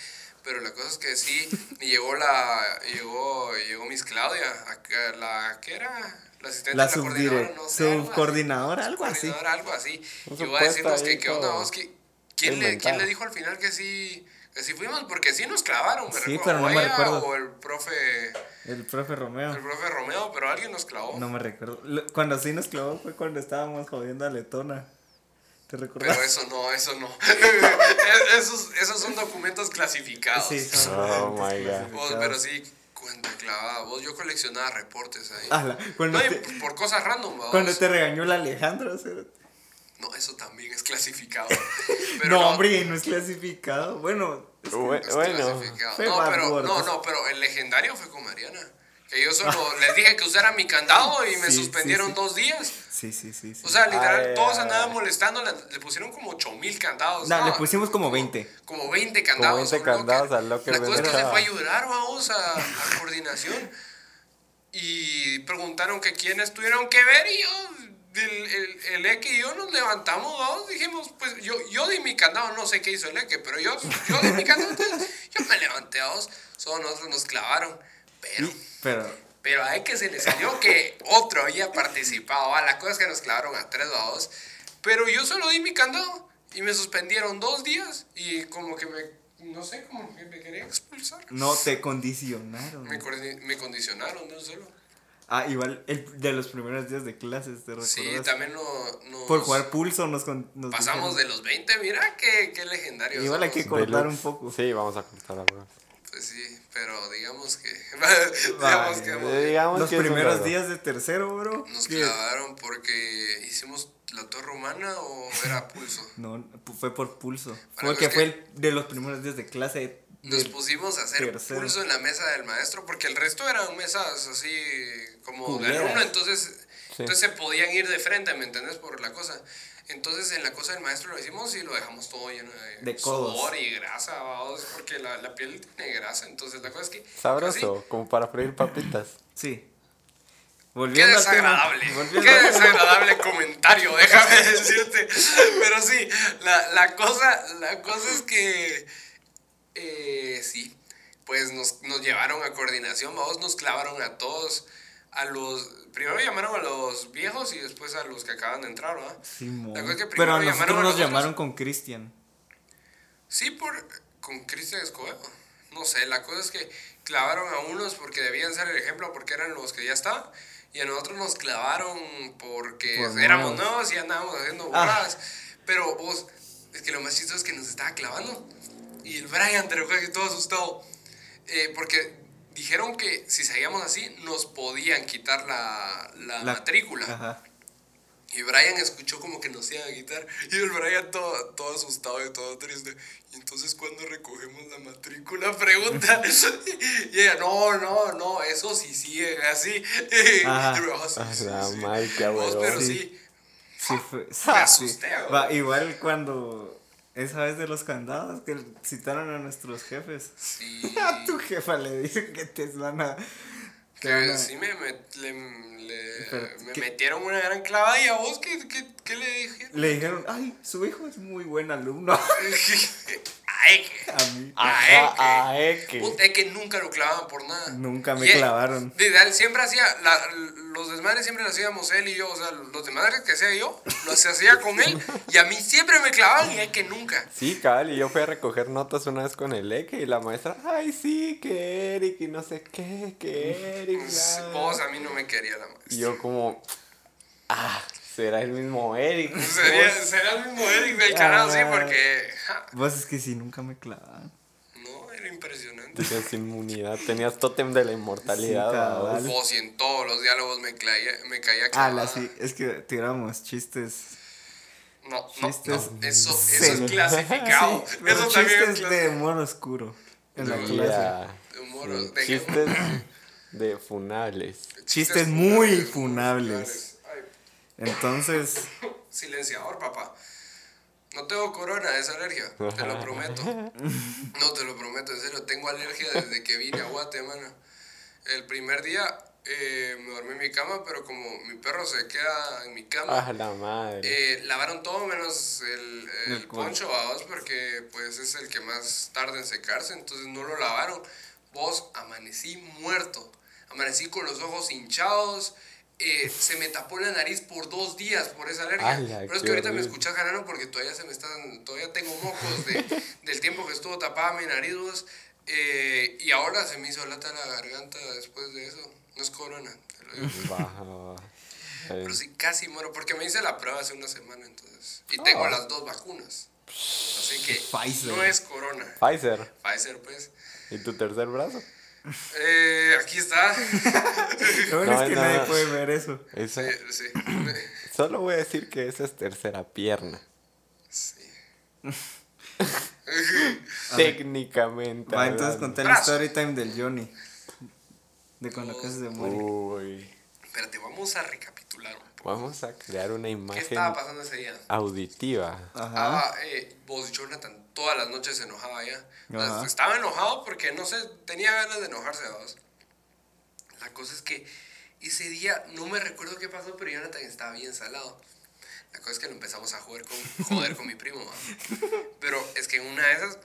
Speaker 5: Pero la cosa es que sí, llegó la. Llegó, llegó Miss Claudia, acá, la. ¿Qué era? La asistente,
Speaker 3: la
Speaker 5: coordinadora,
Speaker 3: subdire,
Speaker 5: no sé. algo así.
Speaker 3: subcoordinadora, algo así.
Speaker 5: Coordinadora, algo así.
Speaker 2: Un
Speaker 5: Y voy a decirnos
Speaker 2: supuesto ahí
Speaker 5: que, ¿qué onda
Speaker 2: todo
Speaker 5: vos? ¿Qui- ¿Quién le,
Speaker 2: inventado.
Speaker 5: ¿Quién le dijo al final que sí, que sí fuimos? Porque sí nos clavaron, me
Speaker 3: Sí,
Speaker 5: recuerdo.
Speaker 3: pero no
Speaker 5: o
Speaker 3: me
Speaker 5: ella
Speaker 3: recuerdo.
Speaker 5: O el profe,
Speaker 3: El profe
Speaker 5: el
Speaker 3: Romeo.
Speaker 5: profe Romeo, pero alguien nos clavó.
Speaker 3: No me recuerdo. Lo- Cuando sí nos clavó fue cuando estábamos jodiendo a Letona. ¿Te
Speaker 5: Pero
Speaker 3: recuerdas?
Speaker 5: eso no, eso no. Es- esos, esos son documentos clasificados.
Speaker 3: Sí, son
Speaker 2: Oh my God.
Speaker 3: antes
Speaker 5: Vos,
Speaker 3: clasificados.
Speaker 5: pero sí, cuenta clavada. Vos, yo coleccionaba reportes ahí.
Speaker 3: Ala, cuando,
Speaker 5: No, y
Speaker 3: Ah,
Speaker 5: pues,
Speaker 3: te,
Speaker 5: por- por cosas random, vamos.
Speaker 3: cuando te regañó el Alejandro. o sea,
Speaker 5: No, eso también es clasificado. Pero
Speaker 3: no, hombre, no es clasificado. Bueno, es que-
Speaker 2: Bue-
Speaker 5: es
Speaker 2: Bueno,
Speaker 5: clasificado.
Speaker 3: Fue
Speaker 5: No, pero,
Speaker 3: bárbaro.
Speaker 5: no, no, pero el legendario fue con Mariana. Que yo solo les dije que usara mi candado y me
Speaker 3: Sí, sí,
Speaker 5: suspendieron
Speaker 3: sí.
Speaker 5: dos días.
Speaker 3: sí, sí, sí. sí.
Speaker 5: O sea, literal,
Speaker 2: Ay,
Speaker 5: todos
Speaker 2: ay.
Speaker 5: andaban molestando. Le, le pusieron como 8000 candados.
Speaker 3: No,
Speaker 5: ¿no?
Speaker 3: le pusimos como 20.
Speaker 5: como 20 candados.
Speaker 2: 20
Speaker 5: a un locker.
Speaker 2: candados al locker
Speaker 5: La cosa es que
Speaker 2: Venezuela.
Speaker 5: se fue a llorar, vamos, a, a coordinación. Y preguntaron que quiénes tuvieron que ver y yo, el, el, el Eke y yo nos levantamos, vamos, dijimos, pues yo, yo di mi candado, no sé qué hizo el Eke, pero yo, yo di mi candado, entonces yo me levanté, vamos, solo nosotros nos clavaron. Pero,
Speaker 3: Pero
Speaker 5: pero a que se le salió que otro había participado. Ah, A las cosas que nos clavaron a tres dados. Pero yo solo di mi candado y me suspendieron dos días y como que me, no sé, como que me querían expulsar.
Speaker 3: no te condicionaron.
Speaker 5: Me, coordi- me condicionaron de un solo.
Speaker 3: Ah, igual el de los primeros días de clases, ¿te recuerdas?
Speaker 5: Sí, también no, nos
Speaker 3: Por jugar pulso nos, con- nos
Speaker 5: pasamos
Speaker 3: dijeron.
Speaker 5: de los 20. Mira qué, qué legendario.
Speaker 3: Igual
Speaker 5: somos.
Speaker 3: hay que cortar
Speaker 2: Deluxe.
Speaker 3: un poco.
Speaker 2: Sí, vamos a cortar algo.
Speaker 5: Pues sí, pero digamos que... digamos que
Speaker 3: Vale.
Speaker 2: Digamos
Speaker 3: Los
Speaker 2: que es un
Speaker 3: primeros
Speaker 2: logro.
Speaker 3: días de tercero, bro.
Speaker 5: nos
Speaker 3: que-
Speaker 5: clavaron porque hicimos la torre humana o era pulso.
Speaker 3: No, pu- fue por pulso.
Speaker 5: Para
Speaker 3: Porque
Speaker 5: los
Speaker 3: fue el- de los primeros días de clase.
Speaker 5: Nos
Speaker 3: del-
Speaker 5: pusimos a hacer
Speaker 3: tercero.
Speaker 5: pulso en la mesa del maestro porque el resto eran mesas así como de
Speaker 3: Culeras.
Speaker 5: alumno, entonces,
Speaker 2: Sí.
Speaker 5: entonces se podían ir de frente, ¿me entendés? Por la cosa. Entonces en la cosa del maestro lo hicimos y lo dejamos todo lleno de,
Speaker 3: De codos.
Speaker 5: sudor y grasa, vaos, porque la, la piel tiene grasa, entonces la cosa es que...
Speaker 2: Sabroso, como para freír papitas.
Speaker 3: Sí.
Speaker 5: Qué
Speaker 3: Volviendo al tema,
Speaker 5: desagradable,
Speaker 3: volviendo
Speaker 5: qué
Speaker 3: al tema.
Speaker 5: desagradable comentario, déjame decirte. Pero sí, la, la cosa, la cosa es que, eh, sí, pues nos, nos llevaron a coordinación, vamos, nos clavaron a todos, a los, primero llamaron a los viejos y después a los que acaban de entrar, ¿verdad?
Speaker 3: Simón.
Speaker 5: La cosa es que
Speaker 3: Pero
Speaker 5: primero
Speaker 3: a nosotros
Speaker 5: llamaron a
Speaker 3: nos
Speaker 5: nosotros.
Speaker 3: llamaron con Cristian.
Speaker 5: Sí, por, con Cristian Escobedo, no sé, la cosa es que clavaron a unos porque debían ser el ejemplo, porque eran los que ya estaban. Y a nosotros nos clavaron porque
Speaker 3: Por
Speaker 5: éramos
Speaker 3: nuevos.
Speaker 5: nuevos y andábamos haciendo
Speaker 3: Pues Ah.
Speaker 5: burradas. Pero vos, es que lo más chistoso es que nos estaba clavando. Y el Brian, te lo juro que todo asustado. eh, porque dijeron que si seguíamos así, nos podían quitar la, la
Speaker 3: La-
Speaker 5: matrícula.
Speaker 3: Ajá.
Speaker 5: Y Brian escuchó como que nos iban a quitar. Y el Brian todo, todo asustado y todo triste. ¿Y entonces cuándo recogemos la matrícula? Pregunta. Y ella, no, no, no, eso sí siguen así.
Speaker 3: Ajá.
Speaker 5: Y yo, "Ah, sí,
Speaker 2: Ah,
Speaker 5: sí,
Speaker 2: la
Speaker 5: sí".
Speaker 2: madre, qué
Speaker 5: Vos,
Speaker 2: huevón.
Speaker 5: Pero
Speaker 3: Sí.
Speaker 5: sí,
Speaker 3: Sí, fue. sí,
Speaker 5: Ah, asusté,
Speaker 3: sí.
Speaker 5: güey.
Speaker 3: Va, igual cuando. Esa vez de los candados que citaron a nuestros jefes.
Speaker 5: sí.
Speaker 3: A tu jefa le dicen que te van a. te van
Speaker 5: Que
Speaker 3: a-
Speaker 5: sí me, met- le- le-
Speaker 3: Pero,
Speaker 5: me
Speaker 3: ¿qué?
Speaker 5: metieron una gran clavada. ¿Y a vos qué, qué- qué le dije?
Speaker 3: Le dijeron, ay, su hijo es muy buen alumno. A
Speaker 5: Ay, que-
Speaker 3: mí.
Speaker 5: Ajá,
Speaker 2: Ajá, E ajá, que-
Speaker 5: E Puta, es que nunca lo clavaban por nada.
Speaker 3: Nunca me
Speaker 5: Y él-
Speaker 3: clavaron.
Speaker 5: de Ideal, siempre hacía, la- los desmadres siempre los hacíamos él y yo, o sea, los desmadres que hacía yo, los hacía con él y a mí siempre me clavaban y él que nunca.
Speaker 2: Sí, cabal, y yo fui a recoger notas una vez con el Eke y la maestra, ay, sí, que Eric y no sé qué, que Eric.
Speaker 5: Pues,
Speaker 2: bla, bla".
Speaker 5: vos a mí no me quería la maestra.
Speaker 2: Y yo como, ah, será el mismo Eric.
Speaker 5: Sería, será el mismo Eric del carajo,
Speaker 3: Ah,
Speaker 5: sí, porque... ja,
Speaker 3: Vos Pues es que sí, nunca me clavaron.
Speaker 5: no, era impresionante.
Speaker 2: Tenías inmortalidad, tenías tótem de la inmortalidad.
Speaker 3: Sí, cabal.
Speaker 2: babos.
Speaker 5: Vos y en todos los diálogos me, caía me caía
Speaker 3: Ah,
Speaker 5: clavada.
Speaker 3: la sí, es que tiramos chistes.
Speaker 5: No, no, no,
Speaker 3: Chistes
Speaker 5: eso, eso
Speaker 3: sen-
Speaker 5: es clasificado.
Speaker 3: Sí, pero
Speaker 5: eso también es
Speaker 3: chistes de
Speaker 5: clasificado.
Speaker 3: humor oscuro. En la
Speaker 5: Ya.
Speaker 3: clase.
Speaker 5: De humor,
Speaker 2: Sí,
Speaker 5: de-
Speaker 2: eh, Chistes de funables.
Speaker 3: Chistes muy funables.
Speaker 5: Ay,
Speaker 3: Entonces,
Speaker 5: silenciador, papá. No tengo corona, es alergia, te lo prometo. No te lo prometo, en serio, tengo alergia desde que vine a Guatemala. El primer día eh, me dormí en mi cama, pero como mi perro se queda en mi cama,
Speaker 2: Ah, la madre.
Speaker 5: eh, lavaron todo menos el, el
Speaker 3: El culo.
Speaker 5: poncho a vos porque pues es el que más tarda en secarse, entonces no lo lavaron. Vos amanecí muerto, amanecí con los ojos hinchados, eh, se me tapó la nariz por dos días por esa alergia.
Speaker 2: Ala,
Speaker 5: Pero es
Speaker 2: qué
Speaker 5: que ahorita me
Speaker 2: horrible.
Speaker 5: escuchás ganando porque todavía se me están, todavía tengo mocos de- del tiempo que estuvo tapada mi nariz vos, eh, y ahora se me hizo lata la garganta después de eso. No es corona, te lo digo.
Speaker 2: Baja, baja. Eh,
Speaker 5: Pero sí, casi muero, porque me hice la prueba hace una semana, entonces. Y tengo
Speaker 2: Ah.
Speaker 5: las dos vacunas. Así que
Speaker 3: Pfizer.
Speaker 5: no es corona.
Speaker 2: Pfizer.
Speaker 5: Pfizer, pues.
Speaker 2: ¿Y tu tercer brazo?
Speaker 5: Eh, aquí está.
Speaker 3: Lo bueno
Speaker 2: No,
Speaker 3: es que
Speaker 2: no,
Speaker 3: nadie
Speaker 2: no.
Speaker 3: puede ver eso.
Speaker 2: Esa-
Speaker 5: Eh, sí.
Speaker 2: Solo voy a decir que esa es tercera pierna.
Speaker 5: Sí.
Speaker 2: Técnicamente.
Speaker 3: Va, entonces
Speaker 2: hablando.
Speaker 3: conté el
Speaker 5: Brazo.
Speaker 3: story time del Johnny. De cuando la casa se muere.
Speaker 2: Uh. Uy.
Speaker 5: Espérate, vamos a recapitular un poco.
Speaker 2: Vamos a crear una
Speaker 5: ¿Qué
Speaker 2: imagen
Speaker 5: estaba pasando ese día?
Speaker 2: auditiva.
Speaker 3: Ajá.
Speaker 5: Ah, eh, vos, Jonathan, todas las noches se enojaba ya.
Speaker 3: Ajá.
Speaker 5: Estaba enojado porque, no sé, tenía ganas de enojarse a vos. La cosa es que ese día, no me recuerdo qué pasó, pero Jonathan estaba bien salado. La cosa es que lo empezamos a joder con, joder con mi primo. ¿va? Pero es que en una de esas,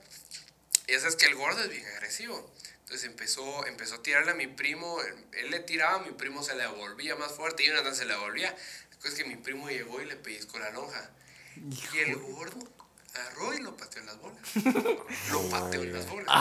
Speaker 5: esa es que el gordo es bien agresivo. Entonces empezó, empezó a tirarle a mi primo, él le tiraba, mi primo se le devolvía más fuerte, y Jonathan se le devolvía. La cosa es que mi primo llegó y le pellizcó la lonja. Y el gordo agarró y lo pateó en las bolas. lo pateó en las bolas.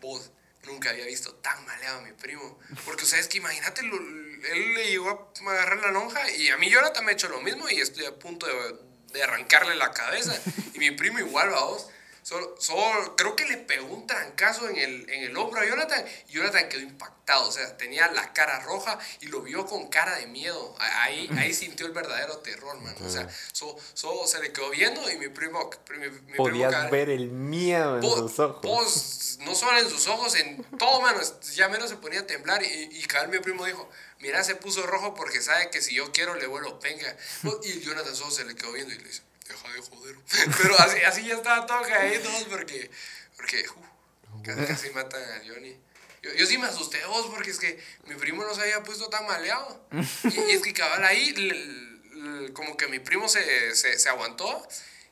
Speaker 5: Vos, nunca había visto tan maleado a mi primo. Porque, ¿sabes que Imagínate, lo- él le llegó a agarrar la lonja y a mí Jonathan me ha hecho lo mismo y estoy a punto de, de arrancarle la cabeza. Y mi primo igual, va vos. Solo, solo- creo que le pegó un trancazo en el, en el hombro a Jonathan y Jonathan quedó impactado. O sea, tenía la cara roja y lo vio con cara de miedo. A- Ahí, ahí sintió el verdadero terror, man. O sea, solo se le quedó viendo y mi primo. mi- mi primo
Speaker 2: Podías
Speaker 5: cara-
Speaker 2: ver el miedo en
Speaker 5: Vos-
Speaker 2: sus ojos.
Speaker 5: vos, no solo en sus ojos, en todo, mano. Ya menos se ponía a temblar. Y, y cabal, mi primo dijo: Mira, se puso rojo porque sabe que si yo quiero le vuelvo penga. Vos- Y Jonathan solo se le quedó viendo y le dice: Deja de joder. Pero así, así ya estaba todo caído vos, porque, porque uh, casi, casi matan a Johnny. Yo, yo sí me asusté vos porque es que mi primo no se había puesto tan maleado. Y, y es que cabal ahí, l- l- como que mi primo se, se, se aguantó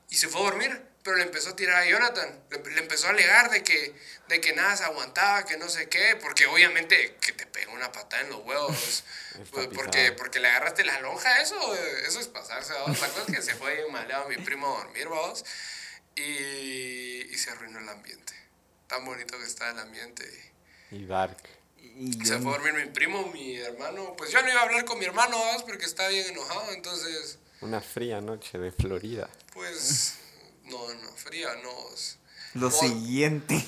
Speaker 5: y se fue a dormir, pero le empezó a tirar a Jonathan. Le, le empezó a alegar de que, de que nada se aguantaba, que no sé qué, porque obviamente que te pega una patada en los huevos. pues,
Speaker 2: Está
Speaker 5: porque,
Speaker 2: pisado.
Speaker 5: porque le agarraste la lonja, eso, eh, eso es pasarse. ¿vamos? La cosa es que se fue bien maleado mi primo a dormir, vamos. Y, y se arruinó el ambiente. Tan bonito que estaba el ambiente.
Speaker 2: Y Dark.
Speaker 3: Y
Speaker 5: Se
Speaker 3: Johnny-
Speaker 5: fue a dormir mi primo, mi hermano. Pues yo no iba a hablar con mi hermano, vamos, porque estaba bien enojado, entonces.
Speaker 2: Una fría noche de Florida.
Speaker 5: Pues, no, no, fría, no. es-
Speaker 3: Lo
Speaker 5: Vos-
Speaker 3: siguiente.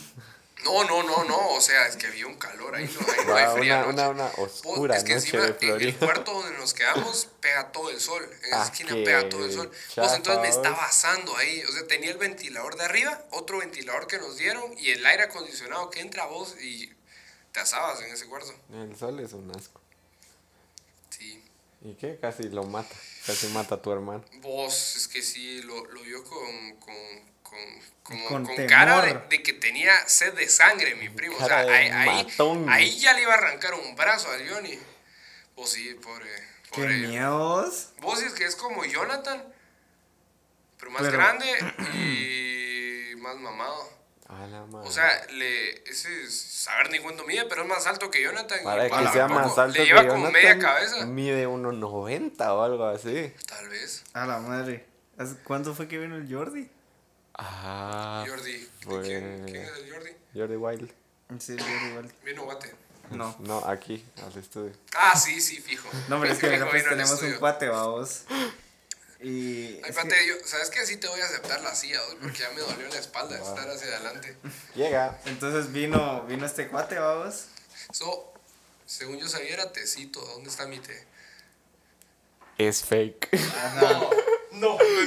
Speaker 5: No, no, no, no, o sea, es que había un calor ahí, no, ahí no hay
Speaker 2: Va,
Speaker 5: fría
Speaker 2: una,
Speaker 5: noche.
Speaker 2: una, una
Speaker 5: Vos,
Speaker 2: oscura
Speaker 5: es que
Speaker 2: noche
Speaker 5: encima
Speaker 2: de
Speaker 5: en el
Speaker 2: Florida.
Speaker 5: cuarto donde nos quedamos pega todo el sol, en esa
Speaker 2: Ah,
Speaker 5: esquina
Speaker 2: qué
Speaker 5: pega todo el sol. Vos
Speaker 2: chafa,
Speaker 5: entonces me
Speaker 2: vos.
Speaker 5: estaba asando ahí, o sea, tenía el ventilador de arriba, otro ventilador que nos dieron y el aire acondicionado que entra a vos y te asabas en ese cuarto.
Speaker 2: El sol es un asco.
Speaker 5: Sí,
Speaker 2: ¿Y qué? Casi lo mata. Casi mata a tu hermano.
Speaker 5: vos, es que sí, lo, lo vio con, con, con, como-
Speaker 3: Con
Speaker 5: con cara de,
Speaker 3: temor.
Speaker 5: de que tenía sed de sangre, mi primo. O sea,
Speaker 2: Cara de
Speaker 5: ahí, ahí,
Speaker 2: matón.
Speaker 5: ahí ya le iba a arrancar un brazo a Johnny. Vos sí, pobre.
Speaker 3: Qué
Speaker 5: pobre
Speaker 3: miedos.
Speaker 5: Vos es que es como Jonathan, pero más
Speaker 3: Pero-
Speaker 5: grande y más mamado.
Speaker 2: A la madre.
Speaker 5: O sea, le, ese es saber ni cuánto mide, pero es más alto que Jonathan. y
Speaker 2: para que
Speaker 5: para
Speaker 2: sea
Speaker 5: poco,
Speaker 2: más alto
Speaker 5: Le lleva
Speaker 2: que
Speaker 5: como
Speaker 2: Jonathan,
Speaker 5: media cabeza.
Speaker 2: Mide 1.90 o algo así.
Speaker 5: Tal vez.
Speaker 3: A la madre. ¿Hace- ¿Cuándo fue que vino el Jordi?
Speaker 2: Ah.
Speaker 5: Jordi. ¿de
Speaker 2: pues-
Speaker 5: ¿Quién, quién es el Jordi?
Speaker 2: Jordi Wild. Pues,
Speaker 3: Sí, el Jordi igual.
Speaker 5: Vino Guate.
Speaker 3: No.
Speaker 2: No, aquí, al estudio.
Speaker 5: Ah, sí, sí, fijo.
Speaker 3: No, pero es que
Speaker 5: Fijo,
Speaker 3: acá, pues,
Speaker 5: vino al
Speaker 3: tenemos un
Speaker 5: estudio.
Speaker 3: cuate, vamos. Y.
Speaker 5: Ay,
Speaker 3: es
Speaker 5: espérate,
Speaker 3: que-
Speaker 5: yo- ¿sabes qué? Sí te voy a aceptar la silla, vos, porque ya me dolió la espalda de estar hacia adelante.
Speaker 2: Llega.
Speaker 3: Entonces vino, vino este cuate, vamos.
Speaker 5: So, según yo sabía, era tecito. ¿Dónde está mi té?
Speaker 2: Es fake.
Speaker 5: No, no, me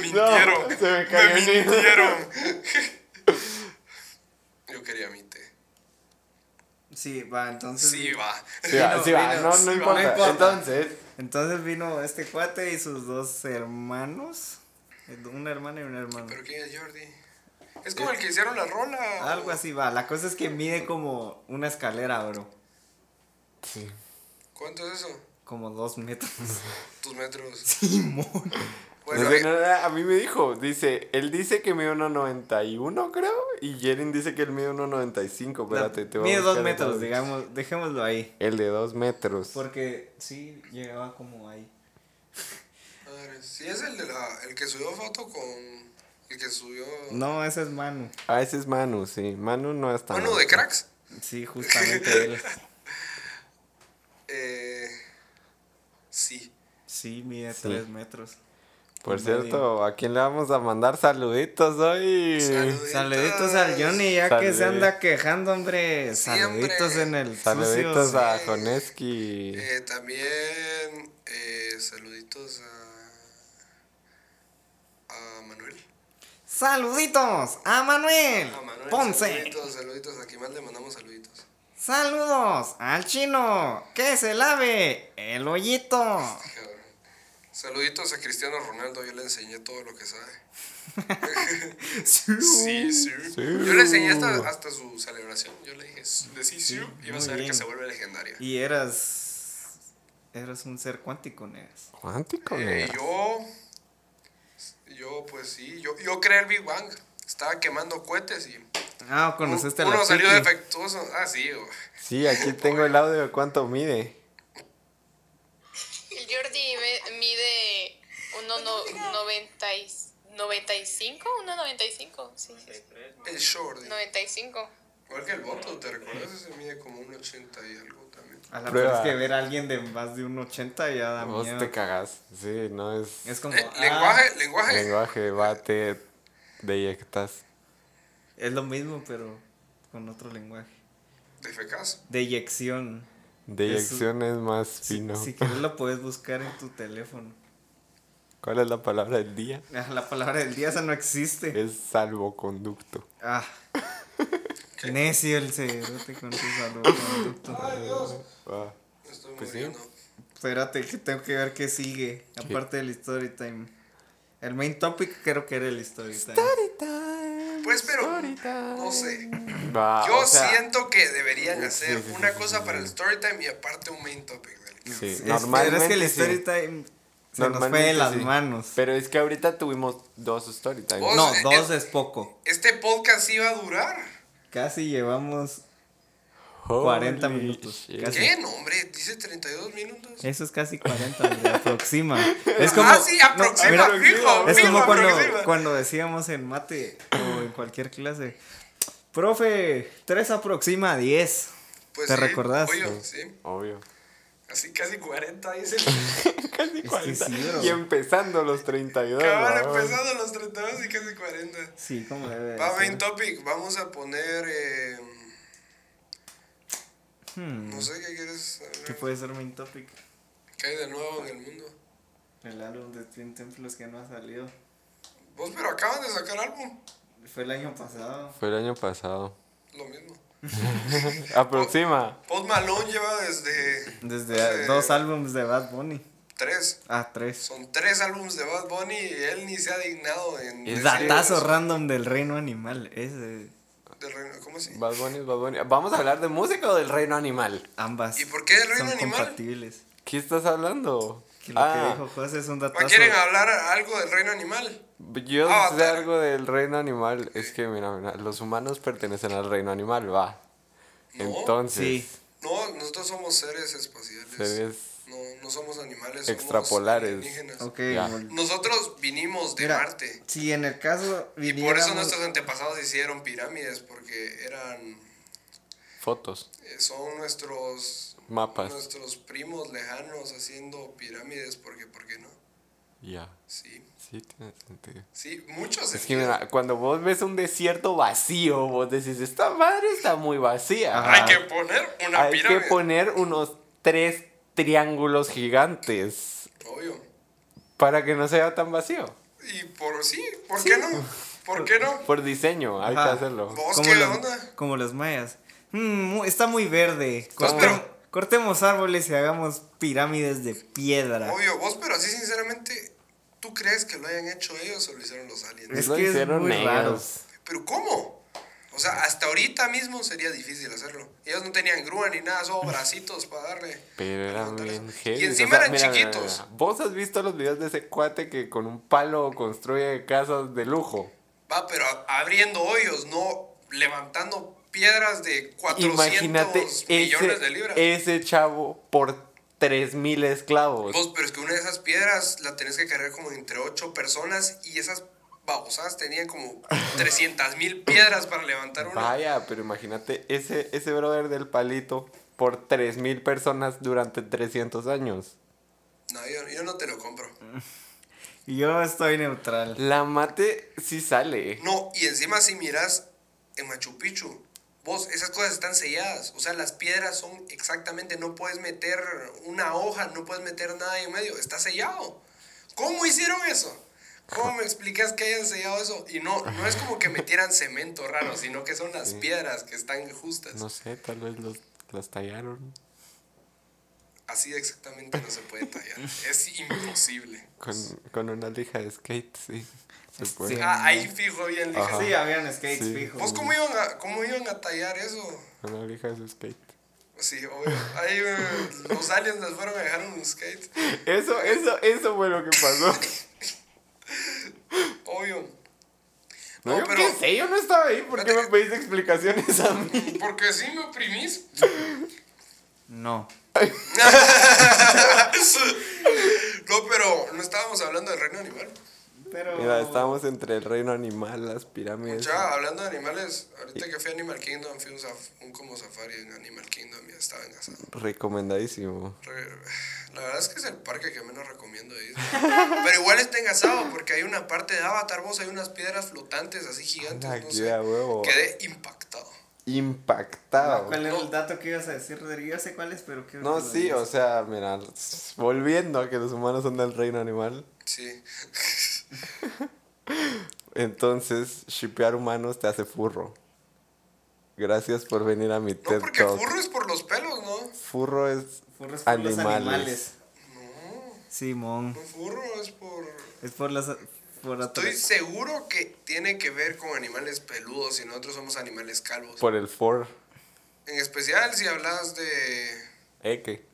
Speaker 2: No,
Speaker 5: mintieron.
Speaker 2: se me
Speaker 5: me
Speaker 2: cayó el hilo.
Speaker 5: mintieron. Yo quería mi té.
Speaker 3: Sí, va, entonces.
Speaker 5: Sí, va.
Speaker 2: Sí, va,
Speaker 3: Vino,
Speaker 2: sí, va.
Speaker 3: vino,
Speaker 2: No,
Speaker 3: sí,
Speaker 2: no
Speaker 3: va,
Speaker 2: importa.
Speaker 3: no importa.
Speaker 2: Entonces,
Speaker 3: Entonces vino este cuate y sus dos hermanos. Una hermana y un hermano.
Speaker 5: ¿Pero quién es Jordi? Es como el que hicieron la rola.
Speaker 3: Algo así va. La cosa es que mide como una escalera, bro.
Speaker 2: Sí.
Speaker 5: ¿Cuánto es eso?
Speaker 3: Como dos metros.
Speaker 5: Tus metros.
Speaker 3: Simón.
Speaker 5: Bueno,
Speaker 2: Desde-
Speaker 5: eh,
Speaker 2: no, no, Pues a mí me dijo, dice, él dice que mide 1.91, creo, y Jeren dice que él mide 1.95, espérate, te voy a
Speaker 3: Mide
Speaker 2: buscar
Speaker 3: dos
Speaker 2: el
Speaker 3: metros,
Speaker 2: dato.
Speaker 3: digamos, dejémoslo ahí.
Speaker 2: El de dos metros.
Speaker 3: Porque sí llegaba como ahí.
Speaker 5: madre, sí es el de la, el que subió foto con el que subió
Speaker 3: No, ese es Manu.
Speaker 2: Ah, ese es Manu, sí. Manu no está.
Speaker 5: Manu de cracks.
Speaker 3: Sí, justamente él.
Speaker 5: Eh, sí.
Speaker 3: Sí, mide
Speaker 2: Sí.
Speaker 3: tres metros.
Speaker 2: Por
Speaker 3: Con
Speaker 2: cierto, ¿a quién le vamos a mandar saluditos hoy?
Speaker 5: Saludos.
Speaker 3: nadie. Saluditos al Johnny, ya que se
Speaker 2: Saluditos.
Speaker 3: anda quejando, hombre.
Speaker 5: Siempre.
Speaker 3: Saluditos en el
Speaker 2: Saluditos
Speaker 3: sucio.
Speaker 2: a
Speaker 5: sí.
Speaker 2: Joneski.
Speaker 5: Eh, también eh, saluditos a, a Manuel.
Speaker 3: Saluditos a Manuel,
Speaker 5: A Manuel.
Speaker 3: Ponce.
Speaker 5: Saluditos, saluditos. Aquí más le mandamos saluditos.
Speaker 3: Saludos al chino. Que se lave el hoyito.
Speaker 5: Cabrón. Saluditos a Cristiano Ronaldo. Yo le enseñé todo lo que sabe. Sí, sí. Yo le enseñé hasta, hasta su celebración. Yo le dije, "Sí, decí sí, y vas
Speaker 3: muy
Speaker 5: a ver
Speaker 3: bien.
Speaker 5: que se vuelve legendaria.
Speaker 3: Y eras. Eras un ser cuántico, Negas.
Speaker 2: Cuántico,
Speaker 5: Eh,
Speaker 2: mira.
Speaker 5: yo, yo, pues sí, yo, yo creé el Big Bang. Estaba quemando cohetes y
Speaker 3: Ah,
Speaker 5: un-
Speaker 3: conociste a la
Speaker 5: uno salió
Speaker 3: Kiki.
Speaker 5: defectuoso. Ah, sí, güey.
Speaker 2: Sí, aquí tengo el audio de cuánto mide.
Speaker 6: El Jordi me- mide 1.95, 1.95, sí, sí, sí,
Speaker 5: el short.
Speaker 6: 95.
Speaker 5: Igual que el voto, ¿te recuerdas? Ese mide como un 80 y algo también.
Speaker 3: A la
Speaker 2: Prueba.
Speaker 3: verdad es que ver a alguien de más de un 80 ya da
Speaker 2: Vos
Speaker 3: miedo.
Speaker 2: te cagás. Sí, no es.
Speaker 3: Es como.
Speaker 5: Eh,
Speaker 3: ah,
Speaker 5: lenguaje, lenguaje.
Speaker 2: Lenguaje, bate, deyectas.
Speaker 3: Es lo mismo, pero con otro lenguaje.
Speaker 5: De fecas.
Speaker 3: Deyección.
Speaker 2: Deyección es más
Speaker 3: Si,
Speaker 2: fino.
Speaker 3: si quieres lo puedes buscar en tu teléfono.
Speaker 2: ¿Cuál es la palabra del día?
Speaker 3: Ah, La palabra del día esa no existe.
Speaker 2: Es salvoconducto.
Speaker 3: Ah. Necio el cerote con tu salvoconducto.
Speaker 2: Ah,
Speaker 5: Me estoy
Speaker 2: Pues sí.
Speaker 5: muriendo.
Speaker 3: Espérate, que tengo que ver qué sigue. Aparte del story time. El main topic creo que era el story time.
Speaker 5: Pues, pero, no sé.
Speaker 2: Va,
Speaker 5: Yo
Speaker 2: Ah, o sea,
Speaker 5: siento que deberían hacer
Speaker 2: sí, sí,
Speaker 5: una
Speaker 2: sí,
Speaker 5: cosa para el story time y aparte un main topic del que-
Speaker 2: Sí,
Speaker 3: Es-
Speaker 2: normalmente.
Speaker 3: pero es que el
Speaker 2: sí.
Speaker 3: story time se nos fue
Speaker 2: Normalmente
Speaker 3: de las
Speaker 2: sí.
Speaker 3: manos. Oh.
Speaker 2: Pero es que ahorita tuvimos dos story times.
Speaker 5: Vos-
Speaker 3: No,
Speaker 5: eh,
Speaker 3: dos
Speaker 5: eh.
Speaker 3: es poco.
Speaker 5: Este podcast iba a durar.
Speaker 3: Casi llevamos.
Speaker 2: Holy
Speaker 3: 40 minutos,
Speaker 2: shit.
Speaker 3: casi.
Speaker 5: ¿Qué? No, hombre, dice 32 minutos.
Speaker 3: Eso es casi 40, hombre, aproxima. Es como,
Speaker 5: ah, sí,
Speaker 3: no,
Speaker 5: aproxima,
Speaker 3: mira,
Speaker 5: fijo,
Speaker 3: Es
Speaker 5: fijo,
Speaker 3: como cuando,
Speaker 5: aproxima.
Speaker 3: cuando decíamos en mate o en cualquier clase. Profe, 3 aproxima a 10.
Speaker 5: Pues
Speaker 3: ¿Te
Speaker 5: sí,
Speaker 3: recordás?
Speaker 5: obvio, sí.
Speaker 2: Obvio.
Speaker 5: Así casi 40 dice.
Speaker 2: Casi
Speaker 3: que
Speaker 2: 40.
Speaker 3: sí, bro.
Speaker 2: y empezando los 32.
Speaker 5: Acaban
Speaker 2: vamos.
Speaker 5: empezando los 32 y casi 40.
Speaker 3: Eh, Sí, como debe de
Speaker 5: Va,
Speaker 3: ser.
Speaker 5: main topic. Vamos a poner. eh,
Speaker 3: Hmm,
Speaker 5: no sé qué quieres.
Speaker 3: ¿Qué
Speaker 5: hablar?
Speaker 3: puede ser main topic?
Speaker 5: ¿Qué hay de nuevo en el mundo?
Speaker 3: El álbum de Twin Templos que no ha salido.
Speaker 5: Vos, pero acaban de sacar álbum.
Speaker 3: Fue el año pasado.
Speaker 2: Fue el año pasado.
Speaker 5: Lo mismo.
Speaker 2: Aproxima.
Speaker 5: Post Malone lleva desde
Speaker 3: Desde a- dos álbumes de Bad Bunny.
Speaker 5: tres.
Speaker 3: Ah, tres.
Speaker 5: Son tres álbumes de Bad Bunny y él ni se ha dignado en.
Speaker 2: Es
Speaker 5: decir
Speaker 3: Datazo
Speaker 5: eso.
Speaker 3: random del reino animal. Ese.
Speaker 5: Del reino- ¿Cómo así?
Speaker 2: Bad Bunny, Bad Bunny. Vamos a hablar de música o del reino animal.
Speaker 3: Ambas.
Speaker 5: ¿Y por qué del reino
Speaker 3: son
Speaker 5: animal?
Speaker 3: compatibles.
Speaker 2: ¿Qué estás hablando?
Speaker 3: Que lo
Speaker 2: Ah,
Speaker 3: que dijo José es un datazo.
Speaker 5: ¿Ma ¿Quieren hablar algo del reino animal?
Speaker 2: Yo
Speaker 5: Ah,
Speaker 2: sé
Speaker 5: pero-
Speaker 2: algo del reino animal. Es que, mira, mira, los humanos pertenecen al reino animal, va.
Speaker 5: No.
Speaker 2: Entonces,
Speaker 3: Sí.
Speaker 5: No, nosotros somos seres espaciales.
Speaker 2: Seres-
Speaker 5: No, no somos animales. somos
Speaker 2: Extrapolares.
Speaker 5: alienígenas.
Speaker 3: Ok,
Speaker 2: Ya.
Speaker 3: bueno.
Speaker 5: Nosotros vinimos de
Speaker 3: Mira,
Speaker 5: Marte.
Speaker 3: Si en el caso
Speaker 5: Y por eso
Speaker 3: viniéramos-
Speaker 5: nuestros antepasados hicieron pirámides, porque eran.
Speaker 2: fotos,
Speaker 5: eh, Son nuestros.
Speaker 2: mapas.
Speaker 5: Nuestros primos lejanos haciendo pirámides, porque, ¿por qué no?
Speaker 2: Ya.
Speaker 5: Sí.
Speaker 2: Sí, tiene sentido.
Speaker 5: Sí, muchos.
Speaker 2: Es que, mira, cuando vos ves un desierto vacío, vos decís, esta madre está muy vacía.
Speaker 3: Ajá.
Speaker 5: Hay que poner una
Speaker 2: Hay que
Speaker 5: pirámide.
Speaker 2: poner unos tres triángulos gigantes
Speaker 5: Obvio.
Speaker 2: para que no sea tan vacío.
Speaker 5: Y por sí, ¿por qué no? ¿Por qué no?
Speaker 2: Por diseño, hay
Speaker 3: Ajá.
Speaker 2: que hacerlo.
Speaker 5: ¿Vos
Speaker 3: como
Speaker 5: qué
Speaker 3: los,
Speaker 5: onda?
Speaker 3: como los mayas. Mm, mu- está muy verde.
Speaker 2: Está
Speaker 3: Corte-
Speaker 5: muy-
Speaker 3: Cortemos árboles y hagamos pirámides de piedra.
Speaker 5: Obvio, vos, pero así sinceramente, ¿tú crees que lo hayan hecho ellos o lo hicieron los aliens?
Speaker 3: Es
Speaker 2: Lo
Speaker 3: que es
Speaker 2: hicieron
Speaker 3: muy
Speaker 2: ellos.
Speaker 3: raro.
Speaker 5: ¿Pero cómo? O O sea, hasta ahorita mismo sería difícil hacerlo. Ellos no tenían grúa ni nada, solo bracitos para darle.
Speaker 2: Pero
Speaker 5: para
Speaker 2: eran
Speaker 5: levantar
Speaker 2: bien
Speaker 5: eso.
Speaker 2: heavy.
Speaker 5: Y encima eran chiquitos.
Speaker 2: Vos has visto los videos de ese cuate que con un palo construye casas de lujo.
Speaker 5: Va, pero a- abriendo hoyos, no levantando piedras de 400
Speaker 2: Imagínate
Speaker 5: millones
Speaker 2: ese, e-
Speaker 5: de libras.
Speaker 2: ese chavo por 3000 esclavos.
Speaker 5: Vos, pero es que una de esas piedras la tenés que cargar como entre ocho personas y esas babosadas tenían como 300 mil piedras para levantar una.
Speaker 2: Vaya, pero imagínate ese, ese brother del palito por 3000 personas durante 300 años.
Speaker 5: No, yo, yo no te lo compro.
Speaker 3: Yo estoy neutral.
Speaker 2: La mate sí sale.
Speaker 5: No, y encima si miras en Machu Picchu, vos, esas cosas están selladas. O sea, las piedras son exactamente, no puedes meter una hoja, no puedes meter nada en medio, está sellado. ¿Cómo hicieron eso? ¿Cómo me explicas que hayan sellado eso? Y no, no es como que metieran cemento raro, sino que son las piedras que están justas.
Speaker 2: No sé, tal vez los, las tallaron
Speaker 5: Así exactamente no se puede tallar. Es imposible.
Speaker 2: con, con una lija de skate, sí. Se puede.
Speaker 3: Sí.
Speaker 5: Ah, ahí fijo bien le dije,
Speaker 2: Ajá.
Speaker 3: Sí, habían skates
Speaker 2: Sí.
Speaker 3: fijos.
Speaker 5: ¿Vos cómo iban, a, cómo iban a tallar eso?
Speaker 2: Una lija de skate.
Speaker 5: Sí, obvio. Ahí eh, los aliens nos fueron a dejar un skate.
Speaker 2: Eso, eso, eso fue lo que pasó.
Speaker 5: Obvio.
Speaker 2: No,
Speaker 5: No,
Speaker 2: yo
Speaker 5: pero-
Speaker 2: qué sé, yo no estaba ahí. ¿Por qué me pedís explicaciones a mí?
Speaker 5: Porque sí me oprimís.
Speaker 3: No.
Speaker 5: No, pero no estábamos hablando del reino animal.
Speaker 3: Pero.
Speaker 2: Mira, estábamos entre el reino animal, las pirámides.
Speaker 5: Ya, hablando de animales, ahorita que fui a Animal Kingdom, fui a un, saf- un como safari en Animal Kingdom y estaba en asado.
Speaker 2: Recomendadísimo.
Speaker 5: Re- La verdad es que es el parque que menos recomiendo ir. Pero igual está engasado porque hay una parte de Avatar, vos hay unas piedras flotantes así gigantes.
Speaker 2: Ala,
Speaker 5: no
Speaker 2: qué
Speaker 5: sé.
Speaker 2: a huevo.
Speaker 5: Quedé impactado.
Speaker 2: Impactado.
Speaker 3: ¿Cuál era el dato que ibas a decir, Rodrigo? Yo sé cuál es, pero quiero
Speaker 2: No,
Speaker 3: que lo
Speaker 2: sí,
Speaker 3: digas.
Speaker 2: o sea, mira, volviendo a que los humanos son del reino animal,
Speaker 5: Sí.
Speaker 2: entonces shipear humanos te hace furro. Gracias por venir a mi
Speaker 5: No,
Speaker 2: TED
Speaker 5: porque
Speaker 2: Talk.
Speaker 5: furro es por los pelos, ¿no?
Speaker 2: Furro es
Speaker 3: Furros por los
Speaker 2: animales.
Speaker 3: animales. Simón.
Speaker 5: No, furro es por...
Speaker 3: Es por las. Por la
Speaker 5: Estoy seguro que tiene que ver con animales peludos y nosotros somos animales calvos.
Speaker 2: Por el for.
Speaker 5: En especial si hablas de
Speaker 2: Eke.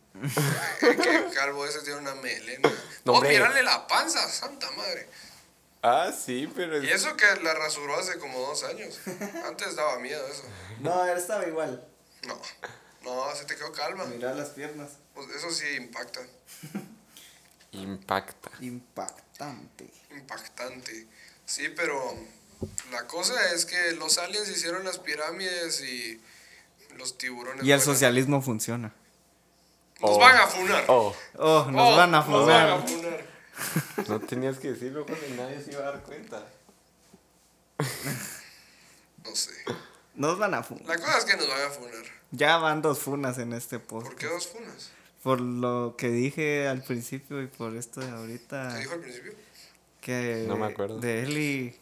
Speaker 5: de que el calvo ese tiene una melena.
Speaker 2: No,
Speaker 5: oh,
Speaker 2: hombre.
Speaker 5: mirarle la panza, santa madre.
Speaker 2: Ah, sí, pero
Speaker 5: Y
Speaker 2: es...
Speaker 5: eso que la rasuró hace como dos años. Antes daba miedo eso.
Speaker 3: No, él estaba igual.
Speaker 5: No, no, se te quedó calma.
Speaker 3: Mirá las piernas.
Speaker 5: Pues eso sí impacta,
Speaker 2: impacta.
Speaker 3: Impactante.
Speaker 5: impactante. Sí, pero la cosa es que los aliens hicieron las pirámides y los tiburones.
Speaker 3: Y el
Speaker 5: fueron.
Speaker 3: socialismo funciona.
Speaker 5: Nos
Speaker 2: Oh.
Speaker 5: van a funar.
Speaker 2: Oh,
Speaker 3: Oh, nos
Speaker 5: Oh,
Speaker 3: van a
Speaker 5: nos van a
Speaker 3: funar.
Speaker 5: funar.
Speaker 2: no tenías que decirlo porque nadie se iba a dar cuenta.
Speaker 5: No sé.
Speaker 3: Nos van a funar.
Speaker 5: La cosa es que nos van a funar.
Speaker 3: Ya van dos funas en este post.
Speaker 5: ¿Por qué dos funas?
Speaker 3: Por lo que dije al principio y por esto de
Speaker 5: ¿Te
Speaker 3: ahorita.
Speaker 5: dijo al principio?
Speaker 3: Que
Speaker 2: No me acuerdo.
Speaker 3: De Eli.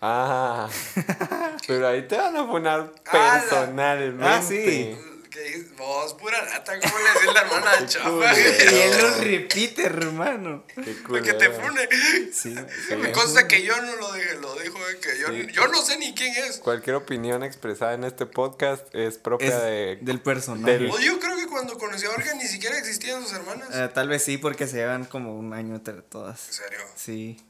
Speaker 2: Ah, pero ahí te van a poner
Speaker 5: Ala.
Speaker 2: personalmente.
Speaker 3: Ah, sí.
Speaker 5: Que dices, vos, pura lata, ¿cómo le decís la hermana de
Speaker 2: culo.
Speaker 3: Y
Speaker 5: Chapa? que
Speaker 3: él lo repite, hermano.
Speaker 2: Qué
Speaker 5: que te
Speaker 2: culero.
Speaker 5: fune.
Speaker 3: Sí.
Speaker 5: Me consta que yo no lo dije, lo dijo eh, que yo,
Speaker 2: Sí.
Speaker 5: yo no sé ni quién es.
Speaker 2: Cualquier opinión expresada en este podcast es propia
Speaker 3: Es
Speaker 2: de...
Speaker 3: del personaje.
Speaker 2: del-
Speaker 5: O yo creo que cuando conocí a Olga ni siquiera existían sus hermanas.
Speaker 3: Eh, tal vez sí, porque se llevan como un año entre
Speaker 5: En
Speaker 3: todas.
Speaker 5: serio,
Speaker 3: Sí.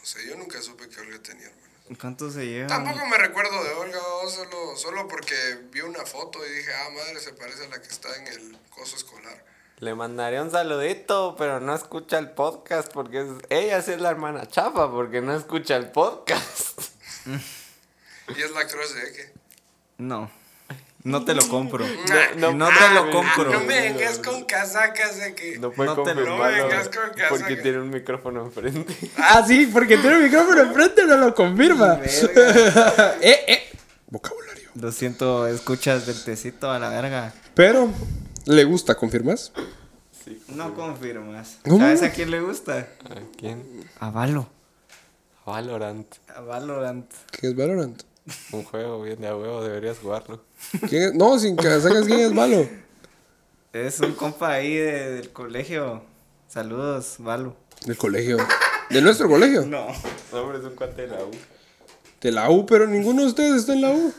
Speaker 5: no sé, yo nunca supe que Olga tenía hermanas.
Speaker 3: ¿Cuánto se llevan?
Speaker 5: Tampoco me recuerdo de Olga, vos, solo, solo porque vi una foto y dije, ah, madre, se parece a la que está en el coso escolar.
Speaker 2: Le mandaré un saludito, pero no escucha el podcast porque es- ella sí es la hermana chafa porque no escucha el podcast.
Speaker 5: Y es la cruz de que.
Speaker 3: No. No te lo compro.
Speaker 2: No,
Speaker 3: No,
Speaker 2: no,
Speaker 3: te
Speaker 2: ah,
Speaker 3: lo
Speaker 2: Pero-
Speaker 3: compro.
Speaker 5: no me vengas con casacas de que.
Speaker 2: No puede
Speaker 3: No te lo-
Speaker 2: confirmarlo
Speaker 5: No vengas con casaca.
Speaker 2: porque tiene un micrófono enfrente.
Speaker 1: Ah, sí, porque tiene el micrófono enfrente, no lo confirma. eh, eh. Vocabulario.
Speaker 3: Lo siento, escuchas del tecito a la verga.
Speaker 1: Pero, ¿le gusta? ¿Confirmas?
Speaker 2: Sí.
Speaker 3: No confirmas.
Speaker 1: ¿Cómo?
Speaker 3: ¿Sabes a quién le gusta?
Speaker 2: ¿A quién?
Speaker 3: A Valo.
Speaker 2: Valorant.
Speaker 3: A Valorant.
Speaker 1: ¿Qué es Valorant?
Speaker 2: Un juego bien de a huevo, deberías jugarlo.
Speaker 1: ¿Quién es? No, sin casacas, ¿quién es malo?
Speaker 3: Es un compa ahí de- del colegio. Saludos, Valo.
Speaker 1: Del colegio. ¿De nuestro colegio?
Speaker 3: No.
Speaker 2: No, hombre, es un cuate de la U.
Speaker 1: de la U, pero ninguno de ustedes está en la U.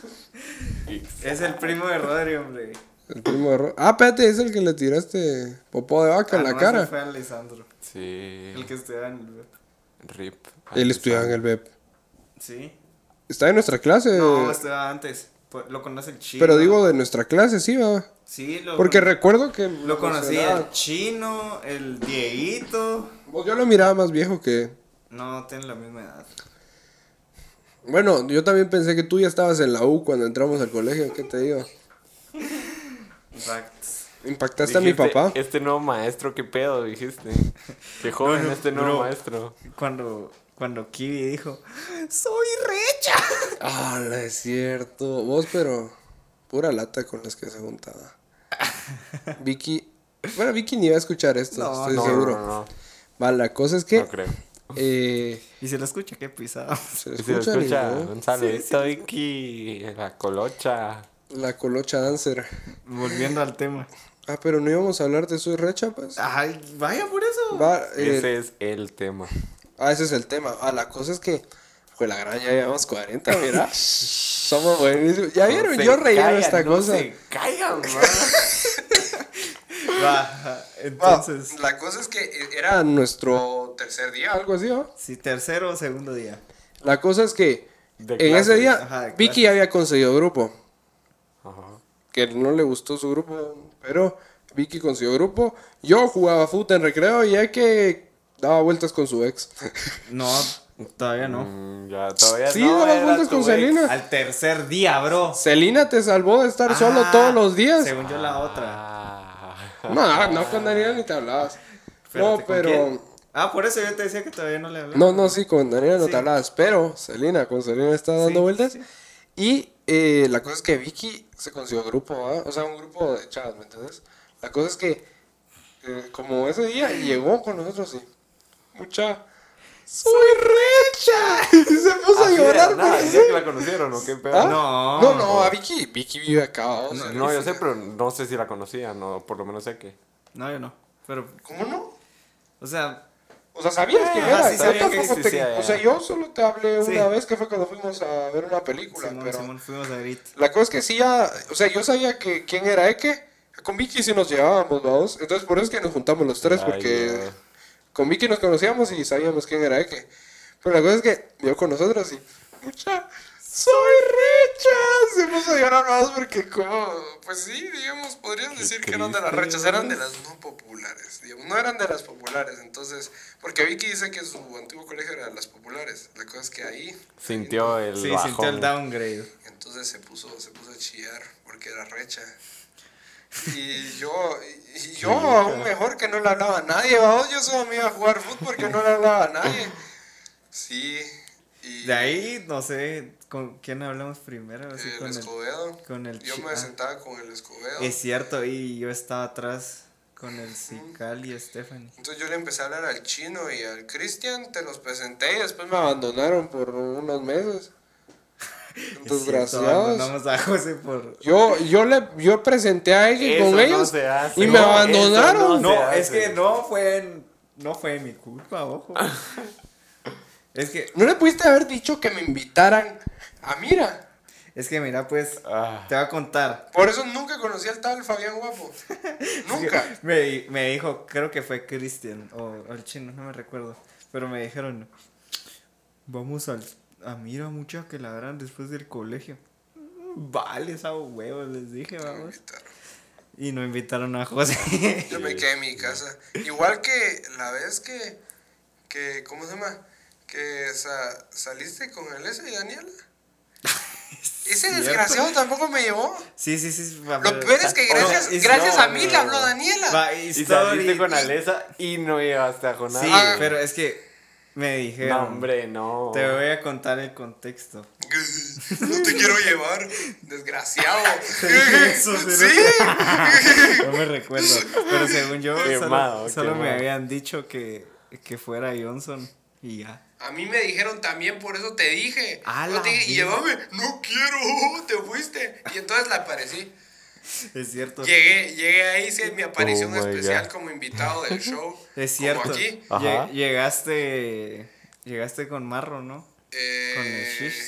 Speaker 3: Es el primo de Rodri, hombre.
Speaker 1: El primo de Ro- Ah, espérate, es el que le tiraste popó de vaca
Speaker 3: Ah,
Speaker 1: en la
Speaker 3: no, ese
Speaker 1: cara.
Speaker 3: fue Alessandro,
Speaker 2: Sí.
Speaker 3: el que estudiaba en el...
Speaker 2: Rip.
Speaker 1: Él estudiaba en el BEP.
Speaker 3: Sí.
Speaker 1: Está en nuestra clase.
Speaker 3: No, estudiaba antes. Pues, Lo conoce el chino.
Speaker 1: Eh, pero digo de nuestra clase, sí, va.
Speaker 3: Sí, lo
Speaker 1: Porque
Speaker 3: cono-
Speaker 1: recuerdo que.
Speaker 3: Lo conocí eh.
Speaker 1: mencionaba-
Speaker 3: el chino, el Dieguito.
Speaker 1: Pues Yo lo miraba más viejo que.
Speaker 3: No, tienen la misma edad.
Speaker 1: Bueno, yo también pensé que tú ya estabas en la U cuando entramos al colegio, ¿qué te digo?
Speaker 3: Facts.
Speaker 1: Impactaste a mi papá.
Speaker 2: Este nuevo maestro, qué pedo, dijiste. Qué joven
Speaker 3: no,
Speaker 2: este nuevo
Speaker 3: bro.
Speaker 2: maestro.
Speaker 3: Cuando, cuando Kiwi dijo, soy recha.
Speaker 1: Ah, no es cierto. Vos, pero. Pura lata con las que se juntaba. Vicky. Bueno, Vicky ni va a escuchar esto,
Speaker 3: No,
Speaker 1: estoy
Speaker 2: no,
Speaker 1: seguro.
Speaker 2: no, no,
Speaker 1: Va, la cosa es que.
Speaker 2: no creo.
Speaker 1: eh,
Speaker 3: Y se lo escucha, qué pisado.
Speaker 1: se
Speaker 2: Si lo
Speaker 1: escucha,
Speaker 2: escucha,
Speaker 1: ni-
Speaker 2: un saludito, Vicky, la colocha.
Speaker 1: La colocha dancer.
Speaker 3: Volviendo al tema.
Speaker 1: Ah, pero no íbamos a hablar de Soy Recha, pues.
Speaker 3: Ay, vaya por eso.
Speaker 1: Va, eh,
Speaker 2: Ese es el tema.
Speaker 1: Ah, ese es el tema. Ah, la cosa es que, pues la gran ya llevamos 40, mira. Somos buenísimos. Ya vieron, yo relleno esta cosa.
Speaker 2: Caigan,
Speaker 3: Va, entonces,
Speaker 5: La cosa es
Speaker 1: eh,
Speaker 5: que era nuestro tercer día,
Speaker 1: Algo
Speaker 5: algo.
Speaker 1: así, ¿no?
Speaker 3: si tercero o segundo día.
Speaker 1: La cosa es que
Speaker 2: De
Speaker 1: en
Speaker 2: clases,
Speaker 1: ese día
Speaker 3: ajá, de
Speaker 1: Vicky
Speaker 3: clases.
Speaker 1: ya había conseguido grupo. Que no le gustó su grupo, pero Vicky consiguió grupo. Yo jugaba fútbol en recreo y ya que daba vueltas con su ex.
Speaker 3: No, todavía no.
Speaker 2: Mm, Ya, todavía
Speaker 1: Sí,
Speaker 2: no.
Speaker 1: daba
Speaker 2: era
Speaker 1: vueltas
Speaker 2: tu
Speaker 1: con
Speaker 2: ex.
Speaker 1: Selena.
Speaker 3: Al tercer día, bro.
Speaker 1: Celina te salvó de estar solo
Speaker 3: Ah,
Speaker 1: todos los días.
Speaker 3: Según yo la otra.
Speaker 2: Ah,
Speaker 1: No, no con Daniela ni te hablabas.
Speaker 3: Espérate,
Speaker 1: no,
Speaker 3: ¿con
Speaker 1: pero...
Speaker 3: quién? Ah, por eso yo te decía que todavía no le hablaba.
Speaker 1: No, no, sí, con Daniela no
Speaker 3: Sí.
Speaker 1: te hablabas, pero Selena, con Selena está dando
Speaker 3: Sí,
Speaker 1: vueltas.
Speaker 3: sí.
Speaker 1: Y eh, la cosa es que Vicky se consiguió grupo, ¿ah? o sea, un grupo de chavas, ¿me entiendes? La cosa es que, eh, como ese día, llegó con nosotros y, mucha, soy recha. Y se puso a
Speaker 2: así de
Speaker 1: llorar
Speaker 2: nada,
Speaker 1: por
Speaker 2: ¿ya
Speaker 1: eso.
Speaker 2: que la conocieron o qué pedo?
Speaker 1: ¿Ah?
Speaker 3: No.
Speaker 1: No, no, a Vicky, Vicky vive acá, o sea,
Speaker 2: No, yo sé, pero no sé si la conocían o por lo menos sé que.
Speaker 3: No, yo no. Pero,
Speaker 5: ¿Cómo no?
Speaker 3: o sea,
Speaker 1: O sea, sabías que
Speaker 3: Ah,
Speaker 1: era.
Speaker 3: sí
Speaker 1: yo
Speaker 3: sabía que
Speaker 1: tampoco te-
Speaker 2: existía,
Speaker 1: O sea,
Speaker 2: ya.
Speaker 1: yo solo te hablé
Speaker 3: Sí.
Speaker 1: una vez que fue cuando fuimos a ver una película,
Speaker 3: Simón,
Speaker 1: pero...
Speaker 3: Simón, fuimos a Grit.
Speaker 1: La cosa es que sí, ya, o sea, yo sabía que quién era Eke. Con Vicky sí nos llevábamos, vamos. Entonces, por eso es que nos juntamos los tres,
Speaker 2: Ay,
Speaker 1: porque
Speaker 2: no.
Speaker 1: con Vicky nos conocíamos y sabíamos quién era Eke. Pero la cosa es que yo con nosotros y, mucha, soy recha. Se puso a llorar más porque, como,
Speaker 5: Pues sí, digamos, podrías
Speaker 2: Qué
Speaker 5: decir que eran de las
Speaker 2: triste,
Speaker 5: rachas, eran de las no populares. digamos, no eran de las populares, entonces, porque Vicky dice que su antiguo colegio era de las populares. La cosa es que ahí,
Speaker 2: Sintió el
Speaker 3: Sí,
Speaker 2: bajón.
Speaker 3: sintió el downgrade.
Speaker 5: entonces se puso, se puso a chillar porque era recha. Y yo, y yo aún mejor que no le hablaba a nadie, ¿va? yo solo me iba a jugar fútbol porque no le hablaba a nadie. Sí, y eh,
Speaker 3: De ahí, no sé, ¿con quién hablamos primero? Así
Speaker 5: el
Speaker 3: con el-
Speaker 5: Escobedo.
Speaker 3: con el
Speaker 5: yo
Speaker 3: chi-
Speaker 5: me
Speaker 3: ah.
Speaker 5: sentaba con el Escobedo.
Speaker 3: Es cierto, y yo estaba atrás con el Cical y Stephanie.
Speaker 5: Entonces yo le empecé a hablar al chino y al Cristian, te los presenté
Speaker 1: y después me abandonaron por unos meses. Desgraciados.
Speaker 3: Vamos a José por...
Speaker 1: Yo, yo le yo presenté a Eke
Speaker 2: Eso
Speaker 1: con
Speaker 2: no
Speaker 1: ellos
Speaker 2: se hace.
Speaker 1: y me
Speaker 2: No, eso
Speaker 1: abandonaron.
Speaker 2: No,
Speaker 3: No,
Speaker 2: se
Speaker 3: es
Speaker 2: hace.
Speaker 3: que no fue, en- no fue mi culpa, ojo. es que,
Speaker 1: ¿No le pudiste haber dicho que me invitaran a Mira?
Speaker 3: es que mira, pues,
Speaker 2: Ah.
Speaker 3: te voy a contar.
Speaker 5: Por eso nunca conocí al tal Fabián Guapo. nunca.
Speaker 3: Me, me dijo, creo que fue Cristian o, o el chino, no me recuerdo. Pero me dijeron, vamos al, a mira mucha que la harán después del colegio. "Mm, Vale, esa huevo, les dije,
Speaker 5: No me
Speaker 3: vamos.
Speaker 5: invitaron.
Speaker 3: Y no invitaron a José.
Speaker 5: Yo me quedé en mi casa. Igual que la vez que, que ¿cómo se llama? Que sa- saliste con el S y Daniela. Ese desgraciado tampoco me llevó.
Speaker 3: sí, sí, sí. va,
Speaker 5: Lo
Speaker 3: pero-
Speaker 5: peor es que
Speaker 3: Oh,
Speaker 5: gracias,
Speaker 3: es-
Speaker 5: gracias
Speaker 2: no,
Speaker 5: a mí
Speaker 2: no,
Speaker 5: le habló
Speaker 2: no.
Speaker 5: Daniela.
Speaker 3: Va,
Speaker 2: Y
Speaker 3: story.
Speaker 2: saliste con Alesa y no llegaste a Jonás.
Speaker 3: Sí,
Speaker 5: Ah.
Speaker 3: pero es que me dijeron.
Speaker 2: No, hombre, no.
Speaker 3: Te voy a contar el contexto.
Speaker 5: No te quiero llevar, desgraciado.
Speaker 3: dije eso,
Speaker 5: sí,
Speaker 3: No me recuerdo. Pero según yo,
Speaker 2: Quemado,
Speaker 3: solo, solo me
Speaker 2: quemado.
Speaker 3: habían dicho que, que fuera Johnson y ya.
Speaker 5: A mí me dijeron también, por eso te dije.
Speaker 3: A
Speaker 5: Yo
Speaker 3: la
Speaker 5: te dije,
Speaker 3: vida.
Speaker 5: llévame, no quiero, te fuiste. Y entonces la aparecí.
Speaker 3: Es cierto.
Speaker 5: Llegué, llegué ahí, hice mi aparición
Speaker 2: Oh my
Speaker 5: especial
Speaker 2: God.
Speaker 5: como invitado del show.
Speaker 3: Es cierto.
Speaker 5: Como aquí.
Speaker 3: Lle-
Speaker 2: Ajá.
Speaker 3: llegaste. Llegaste con Marro, ¿no?
Speaker 5: Eh,
Speaker 3: Con el Shish.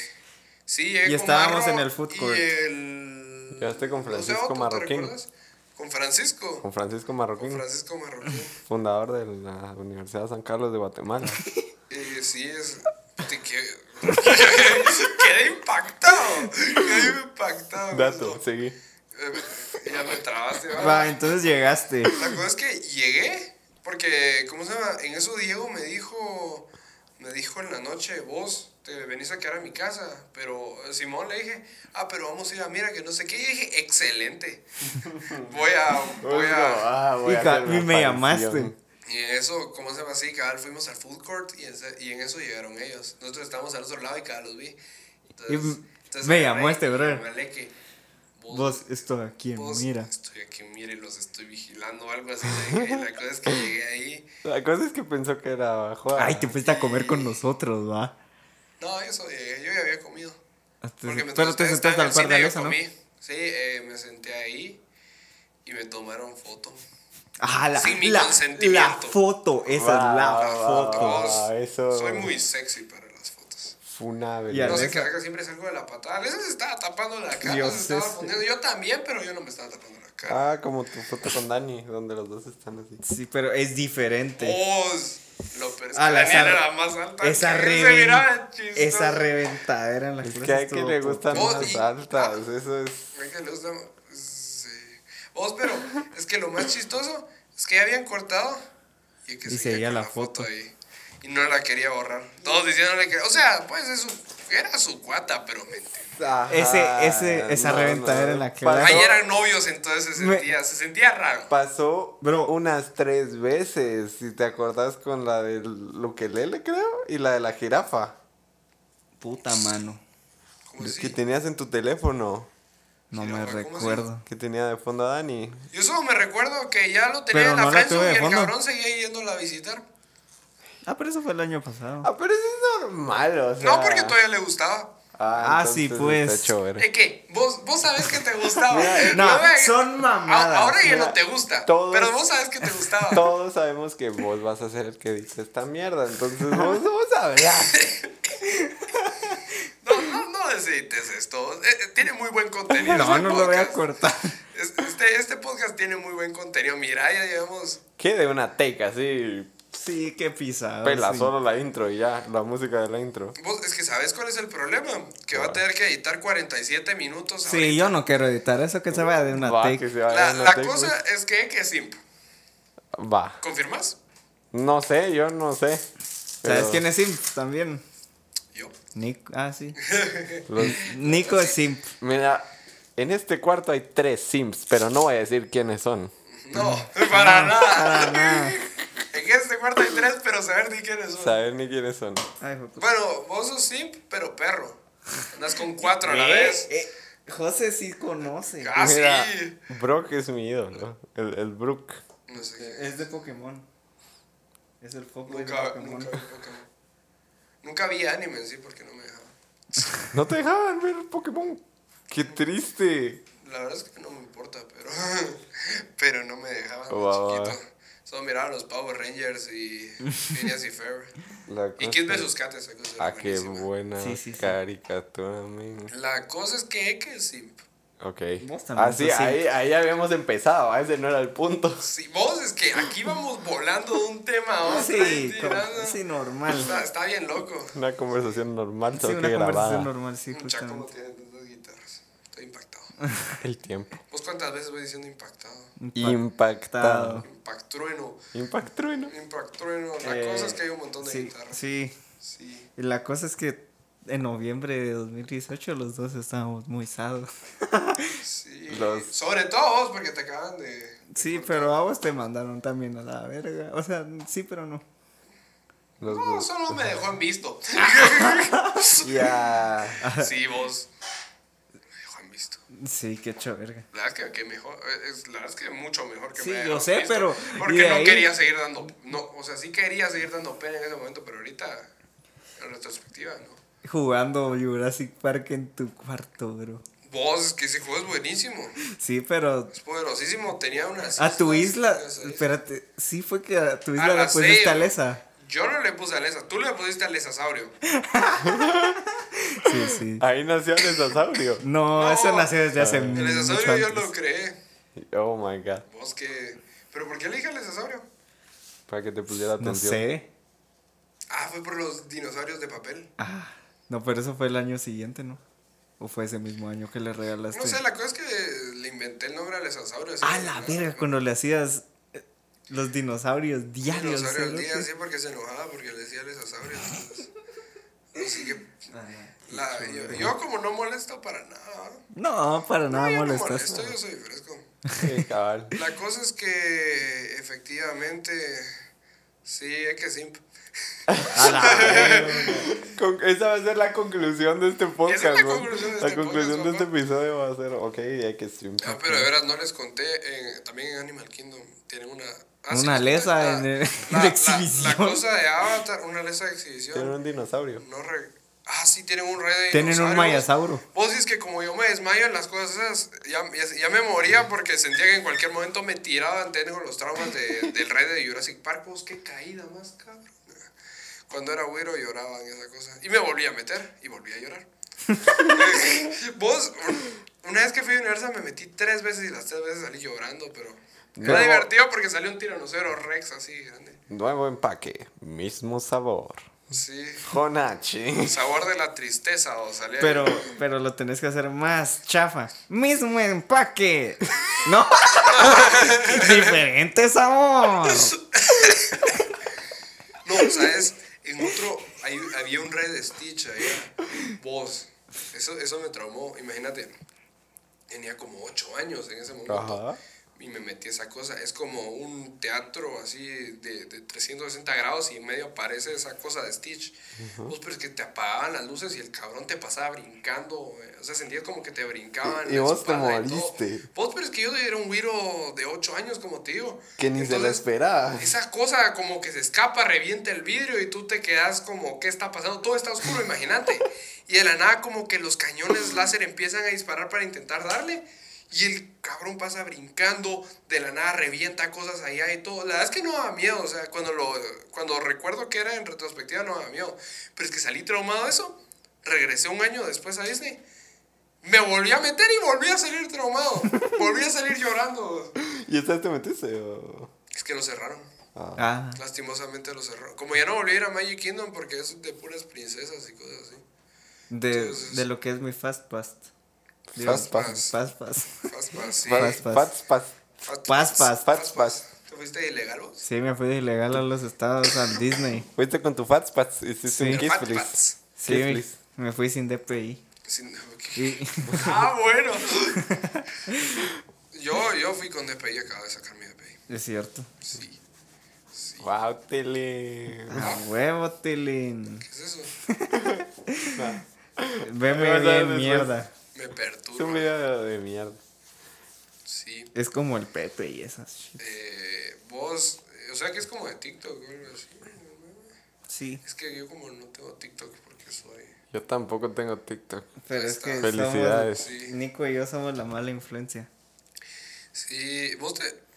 Speaker 5: Sí, llegué
Speaker 3: Y
Speaker 5: con
Speaker 3: estábamos
Speaker 5: Marro
Speaker 3: en el food court.
Speaker 5: Y el...
Speaker 2: Llegaste con
Speaker 5: no sé,
Speaker 2: Francisco
Speaker 5: Otto, ¿te
Speaker 2: Marroquín.
Speaker 5: recuerdas? Con Francisco.
Speaker 2: Con Francisco Marroquín,
Speaker 5: Con Francisco Marroquín.
Speaker 2: fundador de la Universidad de San Carlos de Guatemala.
Speaker 5: Eh, sí, es. te que- Quedé impactado. Quedé impactado.
Speaker 2: Dato,
Speaker 5: ¿no?
Speaker 2: seguí.
Speaker 5: Eh, ya me trabaste, ¿va?
Speaker 3: Va, entonces llegaste.
Speaker 5: La cosa es que llegué, porque, ¿cómo se llama? En eso Diego me dijo, me dijo en la noche, vos te venís a quedar a mi casa, pero eh, Simón le dije, ah, pero vamos a ir a mira que no sé qué, y dije, excelente, voy a, voy a...
Speaker 2: ah,
Speaker 3: Y ca- y me llamaste.
Speaker 5: Y en eso, ¿cómo se llama así? Cabal, fuimos al food court y, ese- y en eso llegaron ellos. Nosotros estábamos al otro lado y cada los vi. Entonces,
Speaker 3: Y me
Speaker 5: agarré
Speaker 3: llamó este
Speaker 5: y
Speaker 3: brother.
Speaker 5: me hablé que,
Speaker 3: Vos, esto aquí,
Speaker 5: vos,
Speaker 3: mira.
Speaker 5: Estoy aquí, mire, los estoy vigilando o algo así. le dije, y la cosa es que llegué ahí.
Speaker 2: La cosa es que pensó que era joda.
Speaker 3: Ay, te fuiste a comer con nosotros, va.
Speaker 5: No, eso llegué, yo ya había comido. Porque me
Speaker 3: Pero te
Speaker 5: ustedes
Speaker 3: sentaste
Speaker 5: estaban
Speaker 3: al par
Speaker 5: en el
Speaker 3: de Alexa,
Speaker 5: cine, yo
Speaker 3: ¿no?
Speaker 5: comí. Sí, eh, me senté ahí y me tomaron foto.
Speaker 3: Ah, la,
Speaker 5: Sin mi
Speaker 3: la,
Speaker 5: consentimiento.
Speaker 3: la foto, esa
Speaker 2: Va,
Speaker 3: es la
Speaker 2: va, va,
Speaker 3: foto.
Speaker 2: va.
Speaker 5: Vos,
Speaker 2: eso-
Speaker 5: Ah, Soy muy sexy para las fotos.
Speaker 2: Funable.
Speaker 3: Y a
Speaker 5: No sé
Speaker 3: Alexa-
Speaker 5: qué haga, siempre salgo de la patada. A veces se estaba tapando la cara,
Speaker 3: Dios,
Speaker 5: se estaba
Speaker 3: este-
Speaker 5: poniendo. Yo también, pero yo no me estaba tapando la cara.
Speaker 2: Ah, como tu foto con Dani, donde los dos están así.
Speaker 3: Sí, pero es diferente.
Speaker 5: Oh, Vos, lo pers-
Speaker 3: A la
Speaker 5: Daniela
Speaker 3: Sara-
Speaker 5: era más alta.
Speaker 3: esa
Speaker 5: que se miraba
Speaker 3: reventadera
Speaker 5: chistosa.
Speaker 3: esa reventadera en la
Speaker 2: Es
Speaker 3: clase
Speaker 2: que hay que
Speaker 3: estuvo
Speaker 2: le
Speaker 3: todo-
Speaker 2: gustan
Speaker 5: Vos
Speaker 2: las
Speaker 5: y-
Speaker 2: altas, eso es.
Speaker 5: Ay, que le gusta- sí. Vos, pero es que lo más chistoso es que ya habían cortado y que
Speaker 3: Y seguía
Speaker 5: con
Speaker 3: la foto.
Speaker 5: ahí. Y no la quería borrar. Todos diciéndole que. O sea, pues es su- era su cuata, pero mentira.
Speaker 3: Ese- ese- esa reventadera en la que-
Speaker 2: pasó,
Speaker 5: Ahí eran novios, entonces se
Speaker 3: Me-
Speaker 5: sentía, se sentía raro.
Speaker 2: pasó
Speaker 3: Bro.
Speaker 2: unas tres veces, si te acordás con la del ukelele, creo, y la de la jirafa
Speaker 3: Puta mano.
Speaker 5: Como si-
Speaker 2: que tenías en tu teléfono,
Speaker 3: No
Speaker 5: Sí,
Speaker 3: me
Speaker 5: ¿cómo se llama?
Speaker 3: recuerdo.
Speaker 2: que tenía de fondo a Dani.
Speaker 5: Yo solo me recuerdo que ya lo tenía
Speaker 3: Pero
Speaker 5: en la
Speaker 3: no la
Speaker 5: friendzone
Speaker 3: tuve de
Speaker 5: y el
Speaker 3: fondo.
Speaker 5: cabrón seguía yéndola a visitar.
Speaker 3: Ah, pero eso fue el año pasado.
Speaker 2: Ah, pero eso es normal, o sea.
Speaker 5: No, porque todavía le gustaba.
Speaker 3: Ah, sí,
Speaker 2: entonces
Speaker 3: pues.
Speaker 2: está hecho verga.
Speaker 5: ¿De qué? Vos, vos sabés que te gustaba.
Speaker 3: no,
Speaker 5: me-
Speaker 3: son mamadas.
Speaker 5: A- Ahora ya
Speaker 2: Mira,
Speaker 5: no te gusta.
Speaker 2: todos-
Speaker 5: Pero vos sabés que te gustaba.
Speaker 2: Todos sabemos que vos vas a ser el que dice esta mierda, entonces vos, vos sabrás.
Speaker 5: No, no, no necesites esto. Eh, eh, tiene muy buen contenido.
Speaker 3: No,
Speaker 5: este
Speaker 3: no lo voy a
Speaker 5: podcast.
Speaker 3: cortar.
Speaker 5: Es- Este, este podcast tiene muy buen contenido. Mira, ya llevamos.
Speaker 2: Que de una take así,
Speaker 3: Sí, qué pisado.
Speaker 2: pela
Speaker 3: Ah, sí.
Speaker 2: solo la intro y ya, la música de la intro.
Speaker 5: vos- es que sabes cuál es el problema. Que va a tener que editar 47 minutos.
Speaker 3: Sí,
Speaker 5: ahorita.
Speaker 3: yo no quiero editar eso que se vaya de una
Speaker 2: Va, eh, que
Speaker 3: take.
Speaker 2: se vaya
Speaker 5: La,
Speaker 2: una
Speaker 5: la
Speaker 2: take,
Speaker 5: cosa es que, que simp.
Speaker 2: pues. Va.
Speaker 5: ¿Confirmas?
Speaker 2: No sé, yo no sé.
Speaker 3: ¿Sabes
Speaker 2: Pero
Speaker 3: quién es Simp también?
Speaker 5: Yo.
Speaker 3: Nico, ah, sí.
Speaker 2: los-
Speaker 3: Nico es Simp.
Speaker 2: mira, en este cuarto hay tres Sims, pero no voy a decir quiénes son.
Speaker 5: No, para nada.
Speaker 3: Ah, Mm. nada.
Speaker 5: En este cuarto hay tres, pero saber ni quiénes son.
Speaker 2: Saber ni quiénes son.
Speaker 3: Ay, hijo de puta.
Speaker 5: Bueno, vos sos simp, pero perro. Andas con cuatro a la
Speaker 3: Eh,
Speaker 5: vez.
Speaker 3: eh, José sí conoce.
Speaker 5: Ah, sí.
Speaker 2: Mira, Brock es mi ídolo. El, el Brook.
Speaker 5: No sé qué.
Speaker 3: Es de Pokémon. Es el foco de
Speaker 5: Nunca,
Speaker 3: Pokémon.
Speaker 5: nunca vi Pokémon. Nunca vi anime en sí porque no me dejaba.
Speaker 2: No te dejaban ver Pokémon. Qué triste.
Speaker 5: La verdad es que no me importa, pero, pero no me dejaban de
Speaker 2: Wow.
Speaker 5: chiquito. Solo miraba los Power Rangers y Phineas y Ferb.
Speaker 2: La
Speaker 5: Y
Speaker 2: cosa-
Speaker 5: Kid vs. Kat, esa cosa era
Speaker 2: Ah, qué
Speaker 5: buenísima.
Speaker 2: buena
Speaker 3: Sí, sí, sí.
Speaker 2: caricatura, men.
Speaker 5: La cosa es que Eke es simp.
Speaker 2: Ok.
Speaker 3: Vos también
Speaker 2: Ah, sí,
Speaker 3: sos simp.
Speaker 2: ahí, ahí habíamos empezado. ah, Ese no era el punto.
Speaker 5: Si vos es que aquí vamos volando de un tema a otro.
Speaker 3: Sí,
Speaker 5: y
Speaker 3: como-
Speaker 5: tirando.
Speaker 3: sí, normal.
Speaker 5: Está, está bien loco.
Speaker 2: Una conversación normal,
Speaker 3: Sí,
Speaker 2: solo
Speaker 3: una
Speaker 2: que grabada.
Speaker 3: conversación normal, sí,
Speaker 5: Mucha como
Speaker 3: justamente.
Speaker 5: tiene dos guitarras. Estoy impactado.
Speaker 2: El tiempo.
Speaker 5: ¿Vos cuántas veces voy diciendo impactado?
Speaker 2: Impactado.
Speaker 5: Impactrueno.
Speaker 2: Impactrueno.
Speaker 5: Impactrueno. La
Speaker 3: Eh,
Speaker 5: cosa es que hay un montón de
Speaker 3: Sí,
Speaker 5: guitarras.
Speaker 3: sí.
Speaker 5: sí.
Speaker 3: Y la cosa es que en noviembre de 2018 los dos estábamos muy sados.
Speaker 5: Sí.
Speaker 2: Los-
Speaker 5: Sobre todo vos, porque te acaban de. de
Speaker 3: Sí,
Speaker 5: cortar.
Speaker 3: pero a vos te mandaron también a la verga. O sea, sí, pero no.
Speaker 2: Los
Speaker 5: No,
Speaker 2: dos.
Speaker 5: solo me dejó en visto.
Speaker 2: Ya.
Speaker 5: sí, vos. Me dejó en visto.
Speaker 3: Sí, qué hecho verga.
Speaker 5: La verdad es que, que mejor. es- la verdad es que mucho mejor que
Speaker 3: Sí,
Speaker 5: me haya
Speaker 3: yo
Speaker 5: dejado en
Speaker 3: sé,
Speaker 5: visto,
Speaker 3: pero- y
Speaker 5: Porque
Speaker 3: de
Speaker 5: no
Speaker 3: ahí-
Speaker 5: quería seguir dando. No, o sea, sí quería seguir dando pena en ese momento, pero ahorita. En retrospectiva, ¿no?
Speaker 3: Jugando Jurassic Park en tu cuarto, bro.
Speaker 5: Vos, es que ese juego es buenísimo.
Speaker 3: Sí, pero
Speaker 5: Es poderosísimo. Tenía una.
Speaker 3: a tu isla.
Speaker 5: Esa isla.
Speaker 3: Espérate, sí fue que a tu isla
Speaker 5: la
Speaker 3: le pusiste a
Speaker 5: save.
Speaker 3: Lesa.
Speaker 5: Yo no le puse a Lesa, tú le pusiste a Lesasaurio.
Speaker 3: Sí, sí.
Speaker 2: Ahí nació el esasaurio.
Speaker 3: No,
Speaker 5: No.
Speaker 3: eso nació desde hace
Speaker 5: El
Speaker 3: mucho
Speaker 5: esasaurio yo lo
Speaker 3: antes.
Speaker 5: creé.
Speaker 2: Oh my god.
Speaker 5: Vos que. ¿Pero por qué le dije al esasaurio?
Speaker 2: Para que te pusiera
Speaker 3: No
Speaker 2: atención.
Speaker 3: sé.
Speaker 5: Ah, fue por los dinosaurios de papel.
Speaker 3: No, pero eso fue el año siguiente, ¿no? ¿O fue ese mismo año que le regalaste?
Speaker 5: No sé, la cosa es que le inventé el nombre al esasaurio. así
Speaker 3: A
Speaker 5: que
Speaker 3: la
Speaker 5: no sé,
Speaker 3: verga,
Speaker 5: ¿no?
Speaker 3: cuando le hacías eh, los dinosaurios diarios. ¿eh?
Speaker 5: dinosaurio al
Speaker 3: cerote.
Speaker 5: día, sí, porque se enojaba porque le decía al esasaurio. entonces. Así que.
Speaker 3: Ah,
Speaker 5: la- yo, yo como no molesto para nada.
Speaker 3: No, para nada
Speaker 5: No, yo no
Speaker 3: molestas.
Speaker 5: molesto, yo soy fresco.
Speaker 2: Sí, cabal.
Speaker 5: La cosa es que efectivamente. Sí, es que simp.
Speaker 2: Con- esa va a ser la conclusión de este podcast.
Speaker 5: Esa es la
Speaker 2: ¿no?
Speaker 5: conclusión de
Speaker 2: La
Speaker 5: este
Speaker 2: conclusión de
Speaker 5: podcast,
Speaker 2: este
Speaker 5: ¿no?
Speaker 2: episodio va a ser, ok, hay que stream.
Speaker 5: Ah, pero de veras no les conté. en- también en Animal Kingdom tienen una. ah, sí,
Speaker 3: Una
Speaker 5: les conté,
Speaker 3: lesa
Speaker 5: la-
Speaker 3: en el- en
Speaker 5: la- la-
Speaker 3: exhibición.
Speaker 5: La, cosa de Avatar, una lesa de exhibición.
Speaker 2: Tienen un dinosaurio.
Speaker 5: No re- Ah, sí, tienen un rey de
Speaker 3: Tienen un
Speaker 5: dinosaurios.
Speaker 3: mayasauro.
Speaker 5: Vos decís que como yo me desmayo en las cosas esas, ya, ya, ya me moría porque sentía que en cualquier momento me tiraban, tengo los traumas de- del rey de Jurassic Park. Vos, qué caída más, cabrón. Cuando era güero lloraban esa cosa. Y me volví a meter y volví a llorar. Vos, una vez que fui a Universal me metí tres veces y las tres veces salí llorando, pero...
Speaker 2: Pero-
Speaker 5: Era divertido porque salió un tiranosaurio rex así grande.
Speaker 2: Nuevo empaque, mismo sabor.
Speaker 5: Sí.
Speaker 2: Honachi.
Speaker 5: Sabor de la tristeza, o salía
Speaker 3: Pero, pero lo tenés que hacer más chafa. Mismo empaque. No. Diferente sabor.
Speaker 5: No, ¿sabes? En otro hay- había un red Stitch ahí. Vos. Eso, eso me traumó. Imagínate, tenía como 8 años en ese momento.
Speaker 2: Ajá.
Speaker 5: Y me metí a esa cosa. Es como un teatro así de, de 360 grados y en medio aparece esa cosa de Stitch. Vos, pero es que te apagaban las luces y el cabrón te pasaba brincando. eh. O sea, sentías como que te brincaban.
Speaker 2: Y- y
Speaker 5: la
Speaker 2: vos te
Speaker 5: espalda y todo.
Speaker 2: moriste.
Speaker 5: Vos, pero es que yo era un güiro de 8 años, como te digo.
Speaker 2: Que ni se la
Speaker 5: Entonces,
Speaker 2: esperaba.
Speaker 5: esa cosa como que se escapa, revienta el vidrio y tú te quedas como, ¿qué está pasando? Todo está oscuro, imagínate. Y de la nada como que los cañones láser empiezan a disparar para intentar darle. Y el cabrón pasa brincando, de la nada revienta cosas allá y todo. La verdad es que no daba miedo, o sea, cuando, lo, cuando recuerdo que era en retrospectiva no daba miedo. Pero es que salí traumado de eso, regresé un año después a Disney. Me volví a meter y volví a salir traumado. Volví a salir llorando.
Speaker 2: ¿Y esta vez te metiste? o?
Speaker 5: Es que lo cerraron.
Speaker 3: Ah,
Speaker 5: Lastimosamente lo cerró. Como ya no volví a ir a Magic Kingdom porque es de puras princesas y cosas así.
Speaker 3: de,
Speaker 5: Entonces-
Speaker 3: de lo que es mi fast past.
Speaker 2: Fast pass.
Speaker 3: Fast pass.
Speaker 5: Fast pass, sí.
Speaker 2: Fast
Speaker 3: Fast
Speaker 2: pass.
Speaker 3: pass.
Speaker 2: Fast pass.
Speaker 3: Fast
Speaker 5: Fast
Speaker 3: pass.
Speaker 2: Fast pass.
Speaker 5: ¿Te fuiste ilegal vos?
Speaker 3: Sí, me fui de ilegal a los estados, al Disney.
Speaker 2: Fuiste con tu Fats Pats. Hiciste
Speaker 3: Sí.
Speaker 2: un kiss
Speaker 5: Fat
Speaker 2: please.
Speaker 5: Pats.
Speaker 3: Sí,
Speaker 2: Kiss
Speaker 3: me,
Speaker 2: please.
Speaker 3: me fui sin DPI.
Speaker 5: Sí, no, ok.
Speaker 3: Y-
Speaker 5: Ah, bueno. yo, yo fui con DPI, acabo de sacar mi DPI.
Speaker 3: es cierto.
Speaker 5: Sí.
Speaker 2: Wow, tele.
Speaker 3: A huevo, Tilín.
Speaker 5: ¿Qué es eso?
Speaker 3: Veme
Speaker 2: Vamos a ver
Speaker 3: bien,
Speaker 2: después.
Speaker 3: mierda.
Speaker 5: Me
Speaker 2: Es un
Speaker 5: perturba.
Speaker 2: video de mierda.
Speaker 5: Sí.
Speaker 3: Es como el Pepe y esas. shit.
Speaker 5: Eh, vos, eh, o sea que es como de TikTok o algo así.
Speaker 3: Sí.
Speaker 5: Es que yo como no tengo TikTok porque soy...
Speaker 2: Yo tampoco tengo TikTok.
Speaker 3: Pero es que somos-
Speaker 2: Felicidades.
Speaker 5: Sí.
Speaker 3: Nico y yo somos la mala influencia.
Speaker 5: Sí, vos te...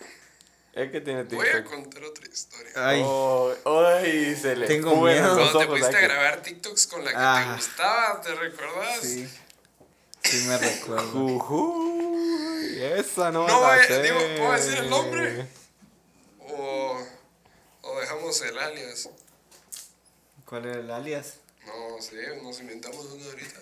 Speaker 2: El que tiene
Speaker 5: Voy a
Speaker 2: TikTok.
Speaker 5: contar otra historia.
Speaker 3: Ay,
Speaker 2: Oh, ay, se le
Speaker 3: Tengo
Speaker 2: escurren
Speaker 3: miedo.
Speaker 2: los
Speaker 5: Cuando te
Speaker 2: ojos
Speaker 5: fuiste a
Speaker 2: aquí.
Speaker 5: grabar TikToks con la que te
Speaker 3: Ah.
Speaker 5: gustaba, ¿te recordás?
Speaker 3: sí. Sí me recuerdo.
Speaker 2: Ujú, esa no,
Speaker 5: No,
Speaker 2: la
Speaker 5: eh,
Speaker 2: sé.
Speaker 5: digo, ¿puedo decir el nombre? O, o dejamos el alias.
Speaker 3: ¿Cuál era el alias?
Speaker 5: No sé, nos inventamos uno ahorita.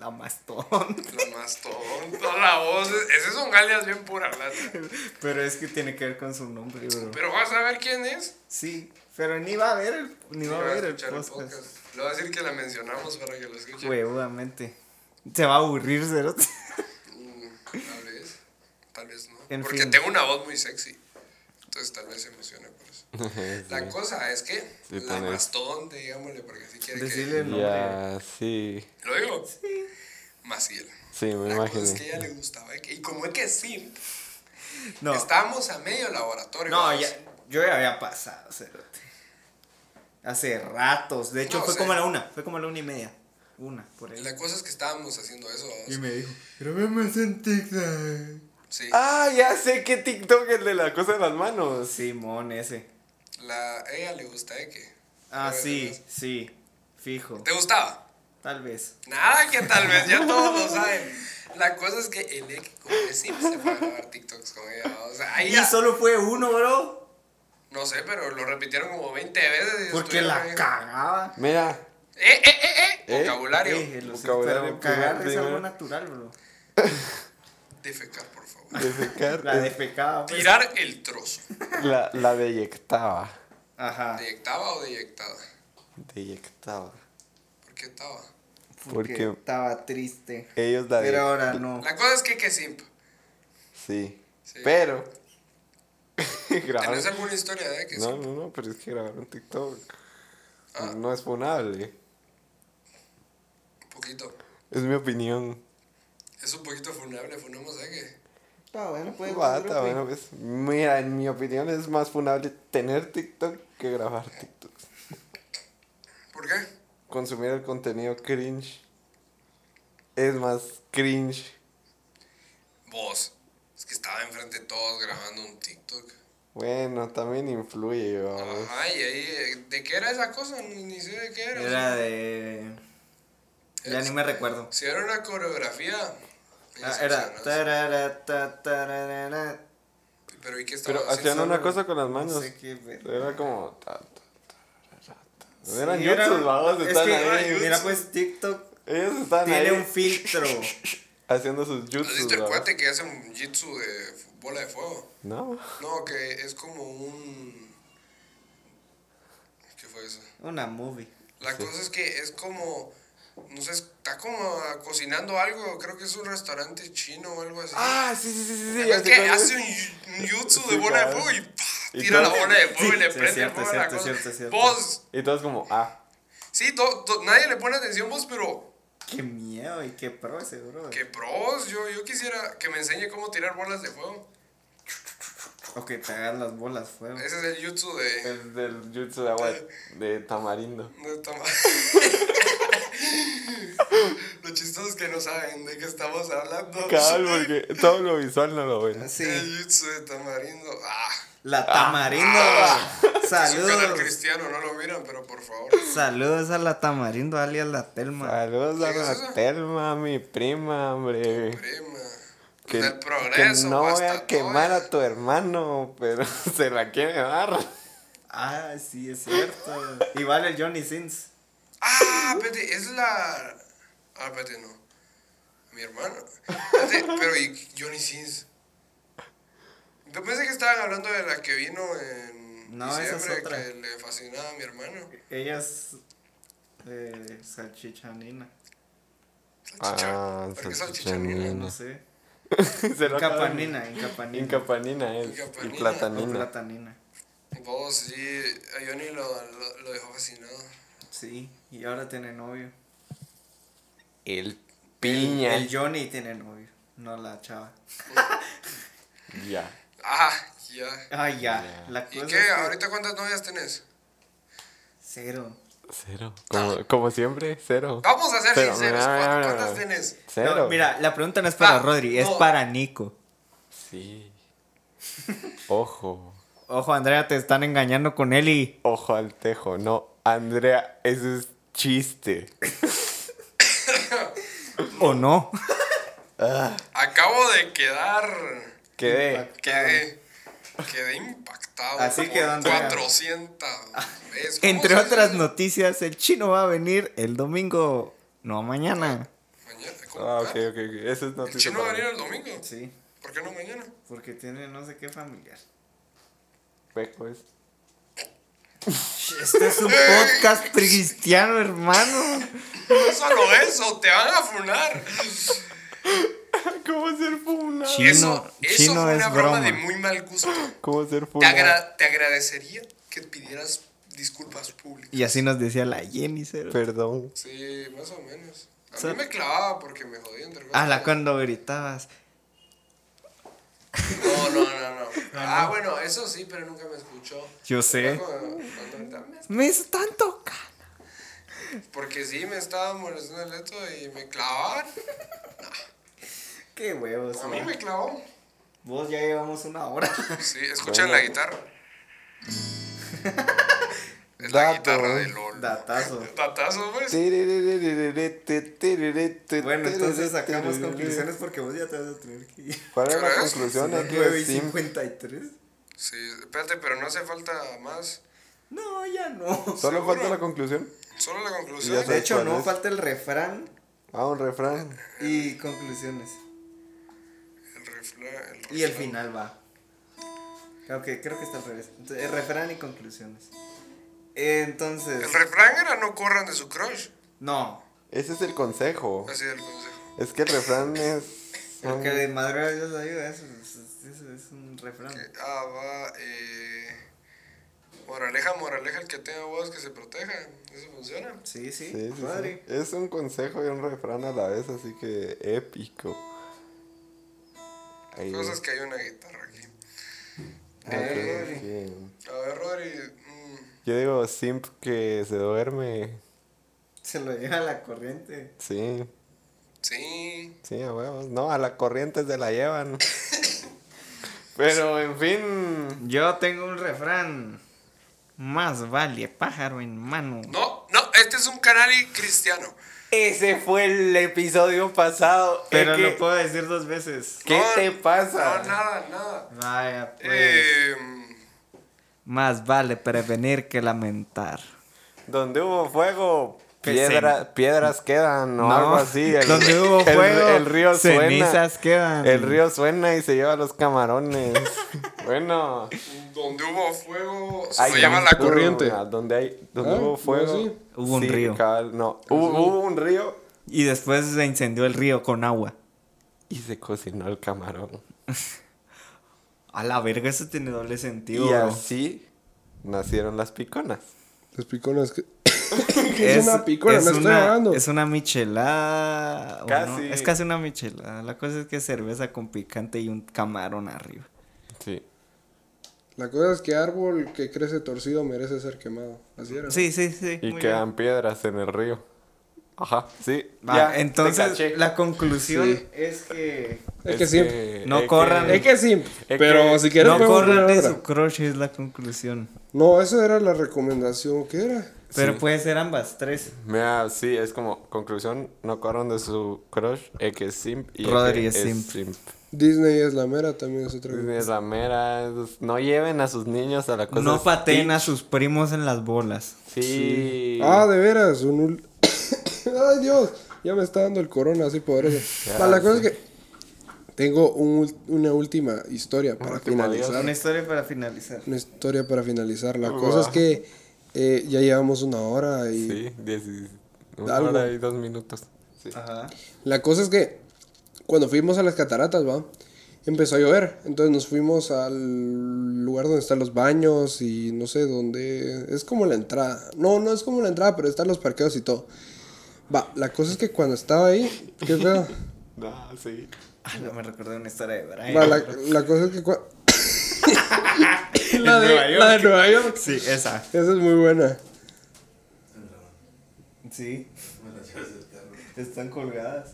Speaker 3: La mastón.
Speaker 5: La más tonta, la voz. Ese es un alias bien pura plata.
Speaker 3: Pero es que tiene que ver con su nombre, bro.
Speaker 5: Pero vas a ver quién es.
Speaker 3: Sí, pero ni va a ver el, ni va a
Speaker 5: va
Speaker 3: ver el
Speaker 5: escuchar el
Speaker 3: podcast.
Speaker 5: podcast. Le voy a decir que la mencionamos para que lo escuche.
Speaker 3: Huevudamente. Se va a aburrir, cerote.
Speaker 5: Mm, Tal vez. Tal vez no.
Speaker 3: En
Speaker 5: Porque
Speaker 3: fin.
Speaker 5: tengo una voz muy sexy. Entonces tal vez se emocione por eso. La cosa es que
Speaker 2: Sí,
Speaker 5: la
Speaker 2: tenés.
Speaker 5: mastón, digámosle, porque si quiere
Speaker 3: Decirle el nombre.
Speaker 2: Ya, sí.
Speaker 5: que. ¿Lo digo? Sí. Maciel.
Speaker 2: Sí, me
Speaker 5: La cosa es que
Speaker 2: imaginé.
Speaker 5: a ella le gustaba. ¿eh? Y como es que sí,
Speaker 3: No,
Speaker 5: estábamos a medio laboratorio.
Speaker 3: no
Speaker 5: vamos.
Speaker 3: ya, yo ya había pasado, cerote. Hace ratos. De hecho,
Speaker 5: No
Speaker 3: fue
Speaker 5: sé.
Speaker 3: como a la una. Fue como a la una y media. Una, por ahí.
Speaker 5: La cosa es que estábamos haciendo eso. vamos.
Speaker 3: me dijo, grabemos en TikTok.
Speaker 5: Sí.
Speaker 2: Ah, ya sé que TikTok el de la cosa de las manos.
Speaker 3: Simón ese.
Speaker 5: La, a ella le gusta, ¿eh? Que,
Speaker 3: Ah,
Speaker 5: Pero
Speaker 3: sí,
Speaker 5: además-
Speaker 3: sí. Fijo.
Speaker 5: ¿Te gustaba?
Speaker 3: Tal vez.
Speaker 5: Nada que tal vez ya todos lo saben. La cosa es que el ex con él siempre se fue a grabar TikToks con ella. O sea, ahí
Speaker 3: Y
Speaker 5: ya-
Speaker 3: solo fue uno, bro.
Speaker 5: No sé, pero lo repitieron como 20 veces. y
Speaker 3: Porque
Speaker 5: estuvieron
Speaker 3: la
Speaker 5: ahí.
Speaker 3: cagaba.
Speaker 2: Mira,
Speaker 5: ¡Eh, eh, eh, eh!
Speaker 2: ¿Eh?
Speaker 5: Vocabulario.
Speaker 3: Eh, el hocico,
Speaker 2: Vocabulario
Speaker 3: pero
Speaker 2: primer,
Speaker 3: cagar es algo
Speaker 2: primer.
Speaker 3: natural, bro.
Speaker 5: Defecar, por favor.
Speaker 2: defecar
Speaker 3: La defecaba, pues.
Speaker 5: Tirar el trozo.
Speaker 2: la, la deyectaba.
Speaker 3: Ajá.
Speaker 2: Eh,
Speaker 5: ¿Deyectaba o deyectada?
Speaker 2: Deyectaba.
Speaker 5: ¿Por qué estaba?
Speaker 3: Porque
Speaker 2: Porque-
Speaker 3: estaba triste.
Speaker 2: Ellos la
Speaker 3: Pero
Speaker 2: deyectaban.
Speaker 3: ahora no.
Speaker 5: La cosa es que que simp.
Speaker 2: Sí.
Speaker 5: Sí.
Speaker 2: Pero.
Speaker 5: ¿Tenés
Speaker 2: grabaron.
Speaker 5: alguna historia de que
Speaker 2: No,
Speaker 5: simp?
Speaker 2: no, no, pero es que grabaron TikTok.
Speaker 5: Ah.
Speaker 2: No es funable.
Speaker 5: Un poquito.
Speaker 2: Es mi opinión.
Speaker 5: Es un poquito funable, funamos eh, a qué.
Speaker 3: Está bueno, pues.
Speaker 2: Va,
Speaker 3: otro,
Speaker 2: está
Speaker 3: pues.
Speaker 2: bueno, pues. Mira, en mi opinión es más funable tener TikTok que grabar TikTok.
Speaker 5: ¿Por qué?
Speaker 2: Consumir el contenido cringe es más cringe.
Speaker 5: Vos. Es que estaba enfrente de todos grabando un TikTok.
Speaker 2: Bueno, también influye, vamos.
Speaker 5: Ajá, y ahí, eh, ¿de qué era esa cosa? Ni, ni sé de qué era.
Speaker 3: Era de. Ya ni me recuerdo.
Speaker 5: Si era una coreografía.
Speaker 3: Ah, era.
Speaker 5: excepcional.
Speaker 3: tarara, ta, tarara,
Speaker 5: Pero ¿y qué estaba
Speaker 2: Pero
Speaker 5: haciendo?
Speaker 2: hacían una cosa con las manos.
Speaker 3: No sé qué ver-
Speaker 2: Era como. ta, ta, ta, ra, ta.
Speaker 3: Sí,
Speaker 2: Eh, Eran
Speaker 3: era-
Speaker 2: jutsus, vamos,
Speaker 3: es
Speaker 2: están
Speaker 3: que,
Speaker 2: ahí.
Speaker 3: Mira, pues TikTok
Speaker 2: Ellos están
Speaker 3: tiene
Speaker 2: ahí
Speaker 3: un filtro.
Speaker 2: haciendo sus
Speaker 5: ¿Has
Speaker 2: jutsus.
Speaker 5: visto el
Speaker 2: ¿verdad?
Speaker 5: cuate que hace un jitsu de f- bola de fuego?
Speaker 2: No.
Speaker 5: No, que es como un... ¿Qué fue eso?
Speaker 3: Una movie.
Speaker 5: La cosa es que es como... No sé, está como cocinando algo, creo que es un restaurante chino o algo así.
Speaker 2: Ah, sí, sí, sí, sí. sí,
Speaker 5: es
Speaker 2: así
Speaker 5: que
Speaker 2: cuando-
Speaker 5: hace un, yu- un jutsu de
Speaker 2: Sí,
Speaker 5: bola de
Speaker 2: claro.
Speaker 5: fuego y ¡pah!
Speaker 2: Y
Speaker 5: tira la
Speaker 2: todo-
Speaker 5: bola de fuego y
Speaker 3: Sí,
Speaker 5: le
Speaker 3: sí,
Speaker 5: prende
Speaker 3: es cierto,
Speaker 5: fuego
Speaker 3: es
Speaker 5: a la
Speaker 3: cierto, es
Speaker 5: cosa.
Speaker 3: cierto, es cierto.
Speaker 5: Vos,
Speaker 2: Y todos como, ah.
Speaker 5: sí, to- to- nadie le pone atención vos, pero
Speaker 3: Qué miedo y qué pro ese, bro.
Speaker 5: que pros, yo, yo quisiera que me enseñe cómo tirar bolas de fuego.
Speaker 3: O que te hagan las bolas fuego.
Speaker 5: Ese es el jutsu de...
Speaker 2: Es del jutsu de agua de tamarindo.
Speaker 5: No está mal. lo chistoso es que no saben de qué estamos hablando.
Speaker 2: Cabal, porque todo lo visual no lo ven.
Speaker 3: Sí.
Speaker 5: El jutsu de tamarindo. Ah,
Speaker 3: La tamarindo. bro.
Speaker 5: es un canal
Speaker 3: Saludos.
Speaker 5: cristiano, no lo miran, pero por favor.
Speaker 3: Saludos a la tamarindo alias la Telma.
Speaker 2: Saludos
Speaker 5: ¿Qué es
Speaker 2: a
Speaker 5: eso?
Speaker 2: la Telma, mi prima, hombre.
Speaker 5: Prima.
Speaker 2: Que,
Speaker 5: Del
Speaker 2: que
Speaker 5: progreso.
Speaker 2: no voy
Speaker 5: basta
Speaker 2: a quemar
Speaker 5: todo.
Speaker 2: a tu hermano, pero se la quiere dar.
Speaker 3: Ah, sí, es cierto. Igual el Johnny Sins.
Speaker 5: Ah, espérate, es la. Ah, espérate, no. Mi hermana. Espérate, pero ¿y Johnny Sins? Yo pensé que estaban hablando de la que vino en
Speaker 3: No, esa es
Speaker 5: diciembre,
Speaker 3: otra.
Speaker 5: que le fascinaba a mi hermano.
Speaker 3: Ella es. Eh, salchichanina.
Speaker 5: Salchicha.
Speaker 2: Ah,
Speaker 5: ¿Por qué
Speaker 2: salchichanina.
Speaker 5: salchichanina?
Speaker 3: No sé.
Speaker 2: se lo acaban.
Speaker 3: Incapanina, incapanina.
Speaker 2: Incapanina es.
Speaker 5: Incapanina.
Speaker 2: Y
Speaker 3: O
Speaker 2: platanina.
Speaker 3: platanina.
Speaker 5: Vos, sí, a Johnny lo, lo, lo dejó fascinado.
Speaker 3: Sí, y ahora tiene novio.
Speaker 2: El piña.
Speaker 3: El Johnny tiene novio, no la chava.
Speaker 2: Ya.
Speaker 5: Ah, ya.
Speaker 3: Ah, ya.
Speaker 2: Ya.
Speaker 3: La
Speaker 5: ¿Y
Speaker 3: cosa
Speaker 5: qué?
Speaker 3: es que-
Speaker 5: ¿Ahorita cuántas novias tenés?
Speaker 3: Cero. Ah.
Speaker 2: Cero. Como, como siempre, cero.
Speaker 5: Vamos a ser
Speaker 2: Pero,
Speaker 5: sinceros.
Speaker 2: mira, mira,
Speaker 5: ¿cuán-
Speaker 2: mira,
Speaker 5: ¿Cuántas
Speaker 2: mira.
Speaker 5: tenés?
Speaker 2: Cero.
Speaker 3: No, mira, la pregunta no es
Speaker 5: Ah,
Speaker 3: para Rodri, es
Speaker 5: no.
Speaker 3: para Nico.
Speaker 2: Sí. Ojo.
Speaker 3: Ojo, Andrea, te están engañando con Eli.
Speaker 2: Ojo al tejo. No, Andrea, eso es chiste.
Speaker 3: ¿O no?
Speaker 5: Acabo de quedar.
Speaker 2: Quedé.
Speaker 5: Quedé. Quedé impactado.
Speaker 3: Así
Speaker 5: por
Speaker 3: ¿Ah, quedó, Andrea.
Speaker 5: 400 veces. ¿Cómo
Speaker 3: Entre
Speaker 5: se
Speaker 3: otras
Speaker 5: dice?
Speaker 3: noticias, el chino va a venir el domingo. No, mañana.
Speaker 5: Mañana. ¿cómo?
Speaker 2: Ah, ok, ok, ok. Eso es
Speaker 5: ¿El
Speaker 2: noticia.
Speaker 5: chino va a
Speaker 2: para mí.
Speaker 5: venir el domingo?
Speaker 3: Sí,
Speaker 5: ¿Por qué no mañana?
Speaker 3: porque tiene no sé qué familiar.
Speaker 2: Peco es.
Speaker 3: Este es un podcast cristiano, hermano.
Speaker 5: No solo eso, te van a funar.
Speaker 2: ¿Cómo ser funa?
Speaker 3: Sí. Chino-
Speaker 5: Eso, eso
Speaker 3: chino
Speaker 5: fue
Speaker 3: es
Speaker 5: una broma
Speaker 3: broma.
Speaker 5: de muy mal gusto.
Speaker 2: ¿Cómo ser
Speaker 5: Te,
Speaker 2: funa?
Speaker 5: agra- te agradecería que pidieras disculpas públicas.
Speaker 3: Y así nos decía la Jenny, cero.
Speaker 2: Perdón.
Speaker 5: Sí, más o menos. A
Speaker 3: Sa-
Speaker 5: mí me clavaba porque me jodían entre
Speaker 3: Ah, la
Speaker 5: cosas.
Speaker 3: cuando gritabas.
Speaker 5: No, no, no, no. Ah, bueno, eso sí, pero nunca me escuchó.
Speaker 3: Yo sé.
Speaker 5: Cuando- cuando ahorita me-
Speaker 3: Me están tocando.
Speaker 5: Porque sí, me estaba molestando el esto y me clavaban.
Speaker 3: Qué huevos.
Speaker 5: A mí
Speaker 3: man.
Speaker 5: me clavó.
Speaker 3: Vos ya llevamos una hora.
Speaker 5: Sí, escuchan la guitarra. Es la
Speaker 2: Dato,
Speaker 5: guitarra de LOL.
Speaker 3: Datazo.
Speaker 5: Datazo, pues.
Speaker 3: Bueno, entonces sacamos conclusiones porque vos ya te vas a tener que ir.
Speaker 2: ¿Cuál es la
Speaker 5: ¿Crees?
Speaker 2: conclusión
Speaker 3: Son las
Speaker 2: aquí?
Speaker 3: 9 y
Speaker 2: Sim?
Speaker 3: 53.
Speaker 5: Sí, espérate, pero no hace falta más.
Speaker 3: No, ya no.
Speaker 2: ¿Solo
Speaker 5: ¿Seguro?
Speaker 2: falta la conclusión?
Speaker 5: Solo la
Speaker 2: Y ya
Speaker 5: conclusión.
Speaker 2: sabes
Speaker 3: De hecho,
Speaker 2: cuál
Speaker 3: no,
Speaker 2: es.
Speaker 3: falta el refrán
Speaker 2: Ah, un refrán.
Speaker 3: y conclusiones.
Speaker 5: El refla-
Speaker 3: Y el
Speaker 5: refla-
Speaker 3: final va. Ok, creo que está al revés. Entonces, el refrán y conclusiones. Entonces.
Speaker 5: El refrán era no corran de su crush.
Speaker 3: No.
Speaker 2: Ese es el consejo.
Speaker 5: Así del consejo.
Speaker 2: Es que el refrán es.
Speaker 3: Porque de madrugada Dios ayuda. Eso, es- eso es un refrán.
Speaker 5: Que- Ah, va. Eh, moraleja, moraleja, el que tenga voz que se proteja. Eso funciona.
Speaker 3: Sí, sí.
Speaker 2: Sí, sí, sí.
Speaker 3: padre.
Speaker 2: Es un consejo y un refrán a la vez, así que épico. Ahí
Speaker 5: Cosas que hay una guitarra aquí.
Speaker 2: Ah,
Speaker 3: Eh.
Speaker 2: qué bien.
Speaker 5: A ver, Rodri. mm,
Speaker 2: Yo digo simp que se duerme.
Speaker 3: Se lo lleva la corriente.
Speaker 2: Sí,
Speaker 5: sí.
Speaker 2: sí, a huevos. No, a la corriente se la llevan. Pero en fin.
Speaker 3: Yo tengo un refrán. Más vale pájaro en mano.
Speaker 5: No, no, este es un canal y cristiano.
Speaker 2: Ese fue el episodio pasado.
Speaker 3: Pero
Speaker 2: Es que-
Speaker 3: lo puedo decir dos veces.
Speaker 2: ¿Qué
Speaker 5: No,
Speaker 2: te pasa?
Speaker 5: No, nada, nada.
Speaker 3: Vaya, pues.
Speaker 5: Eh,
Speaker 3: Más vale prevenir que lamentar.
Speaker 2: Donde hubo fuego,
Speaker 3: Que
Speaker 2: piedra- piedras quedan o algo así. El,
Speaker 3: Donde hubo
Speaker 2: el-
Speaker 3: fuego,
Speaker 2: el río suena.
Speaker 3: cenizas quedan.
Speaker 2: El río suena y se lleva los camarones. bueno,
Speaker 5: donde hubo fuego,
Speaker 2: hay
Speaker 5: se llama la
Speaker 2: captura,
Speaker 1: corriente.
Speaker 2: Donde hay, donde
Speaker 1: Ah,
Speaker 2: hubo fuego,
Speaker 1: no, sí.
Speaker 3: Hubo un
Speaker 2: sí,
Speaker 3: río.
Speaker 2: cabal,
Speaker 3: Ah,
Speaker 2: no, hubo, hubo un río
Speaker 3: Y después se incendió el río con agua.
Speaker 2: y se cocinó el camarón.
Speaker 3: A la verga, eso tiene doble sentido,
Speaker 2: y
Speaker 3: bro.
Speaker 2: así nacieron las piconas.
Speaker 1: Las piconas que. es, una picona,
Speaker 3: es
Speaker 1: me estoy
Speaker 3: una-
Speaker 1: ahogando.
Speaker 3: Es una michelada. ¿o no?
Speaker 2: Casi.
Speaker 3: Es casi una michelada. La cosa es que es cerveza con picante y un camarón arriba.
Speaker 2: Sí.
Speaker 1: La cosa es que árbol que crece torcido merece ser quemado. Así era.
Speaker 3: Sí, sí, sí.
Speaker 2: Y
Speaker 3: muy
Speaker 2: quedan piedras en el río. Ajá, sí.
Speaker 3: bien. Va,
Speaker 2: ya, te caché.
Speaker 3: entonces, la conclusión
Speaker 1: Sí.
Speaker 3: es que
Speaker 1: Es que simp.
Speaker 3: No
Speaker 2: es Este, eh, que-
Speaker 3: corran.
Speaker 1: Es que simp.
Speaker 2: que-
Speaker 1: Pero si quieres,
Speaker 3: no
Speaker 1: podemos
Speaker 3: corran
Speaker 1: poner
Speaker 3: de
Speaker 1: otra.
Speaker 3: su crush, es la conclusión.
Speaker 1: No, esa era la recomendación. ¿Qué era?
Speaker 3: Pero
Speaker 2: Sí.
Speaker 3: puede ser ambas, tres.
Speaker 2: Mira, sí, es como conclusión, no corran de su crush, es que es simp y
Speaker 3: Rodri
Speaker 2: es
Speaker 3: es
Speaker 2: que es
Speaker 3: simp.
Speaker 2: simp.
Speaker 1: Disney es la mera, también es otra.
Speaker 2: Disney es la mera, es- no lleven a sus niños a la cosa. de
Speaker 3: No pateen a
Speaker 2: Stitch.
Speaker 3: sus primos en las bolas.
Speaker 2: Sí.
Speaker 1: Ah, de veras, un ul- Ay, Dios, ya me está dando el corona así poderoso.
Speaker 2: Ya,
Speaker 1: Pero la cosa
Speaker 2: sí.
Speaker 1: es que tengo un ul- una última historia para
Speaker 2: último
Speaker 1: finalizar.
Speaker 3: Una historia para finalizar.
Speaker 1: Una historia para finalizar. La
Speaker 2: Uah.
Speaker 1: cosa es que eh, ya llevamos una hora y
Speaker 2: Sí, diez y- una
Speaker 1: Algo.
Speaker 2: hora y dos minutos. Sí.
Speaker 3: Ajá.
Speaker 1: la cosa es que cuando fuimos a las cataratas, va, empezó a llover, entonces nos fuimos al lugar donde están los baños y no sé dónde, es como la entrada. No, no es como la entrada, pero están los parqueos y todo. Va, la cosa es que cuando estaba ahí, qué pedo.
Speaker 2: Ah, sí.
Speaker 3: Ah, no me recordé una historia de Brian.
Speaker 1: Va, la, la cosa es que. cua- la,
Speaker 3: En Nueva
Speaker 1: de,
Speaker 3: York.
Speaker 1: la de Nueva York.
Speaker 3: Sí, esa.
Speaker 1: Esa es muy buena.
Speaker 3: Sí. Están colgadas.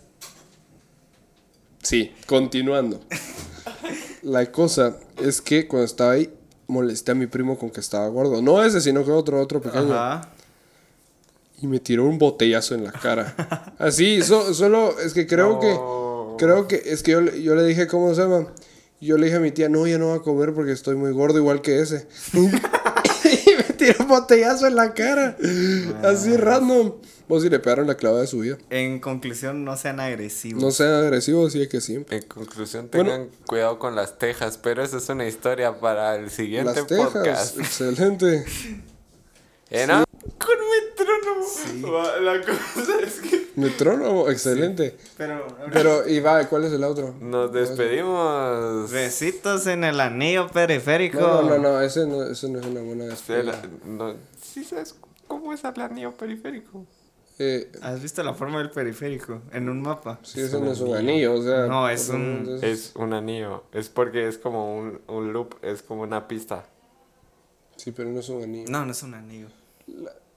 Speaker 1: Sí, continuando. La cosa es que cuando estaba ahí, molesté a mi primo con que estaba gordo. No ese, sino que otro, otro pequeño.
Speaker 3: Ajá.
Speaker 1: Y me tiró un botellazo en la cara. Así, so- solo es que creo
Speaker 2: No.
Speaker 1: que. Creo que es que yo, le- yo le dije, ¿cómo se llama? Yo le dije a mi tía, no, ya no va a comer porque estoy muy gordo, igual que ese. y me tiró un botellazo en la cara.
Speaker 2: Ah.
Speaker 1: Así random. Vos si le pegaron la clava de su vida.
Speaker 3: En conclusión, no sean agresivos.
Speaker 1: No sean agresivos, sí es que siempre.
Speaker 2: En conclusión,
Speaker 1: Bueno.
Speaker 2: tengan cuidado con las tejas, pero esa es una historia para el siguiente
Speaker 1: Las tejas,
Speaker 2: podcast.
Speaker 1: excelente.
Speaker 2: ¿Eh, no? Con metrónomo. Va, La cosa es que
Speaker 1: Metrónomo, excelente.
Speaker 3: Pero, ahora-
Speaker 1: Pero, y va, ¿cuál es el otro?
Speaker 2: nos despedimos.
Speaker 3: Besitos en el anillo periférico.
Speaker 1: No, no, no, no, ese no, ese no es una buena
Speaker 2: Sí,
Speaker 1: despedida.
Speaker 2: la- no- sí sabes cómo es el anillo periférico.
Speaker 1: Eh,
Speaker 3: ¿Has visto la forma del periférico? En un mapa.
Speaker 1: sí, ese no es un anillo, o sea.
Speaker 3: No, es un-
Speaker 1: entonces-
Speaker 2: Es un anillo. Es porque es como un, un loop, es como una pista.
Speaker 1: Sí, pero no es un anillo.
Speaker 3: No, no es un anillo.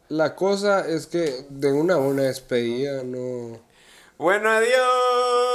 Speaker 1: La cosa es que de una buena despedida no.
Speaker 2: Bueno, adiós.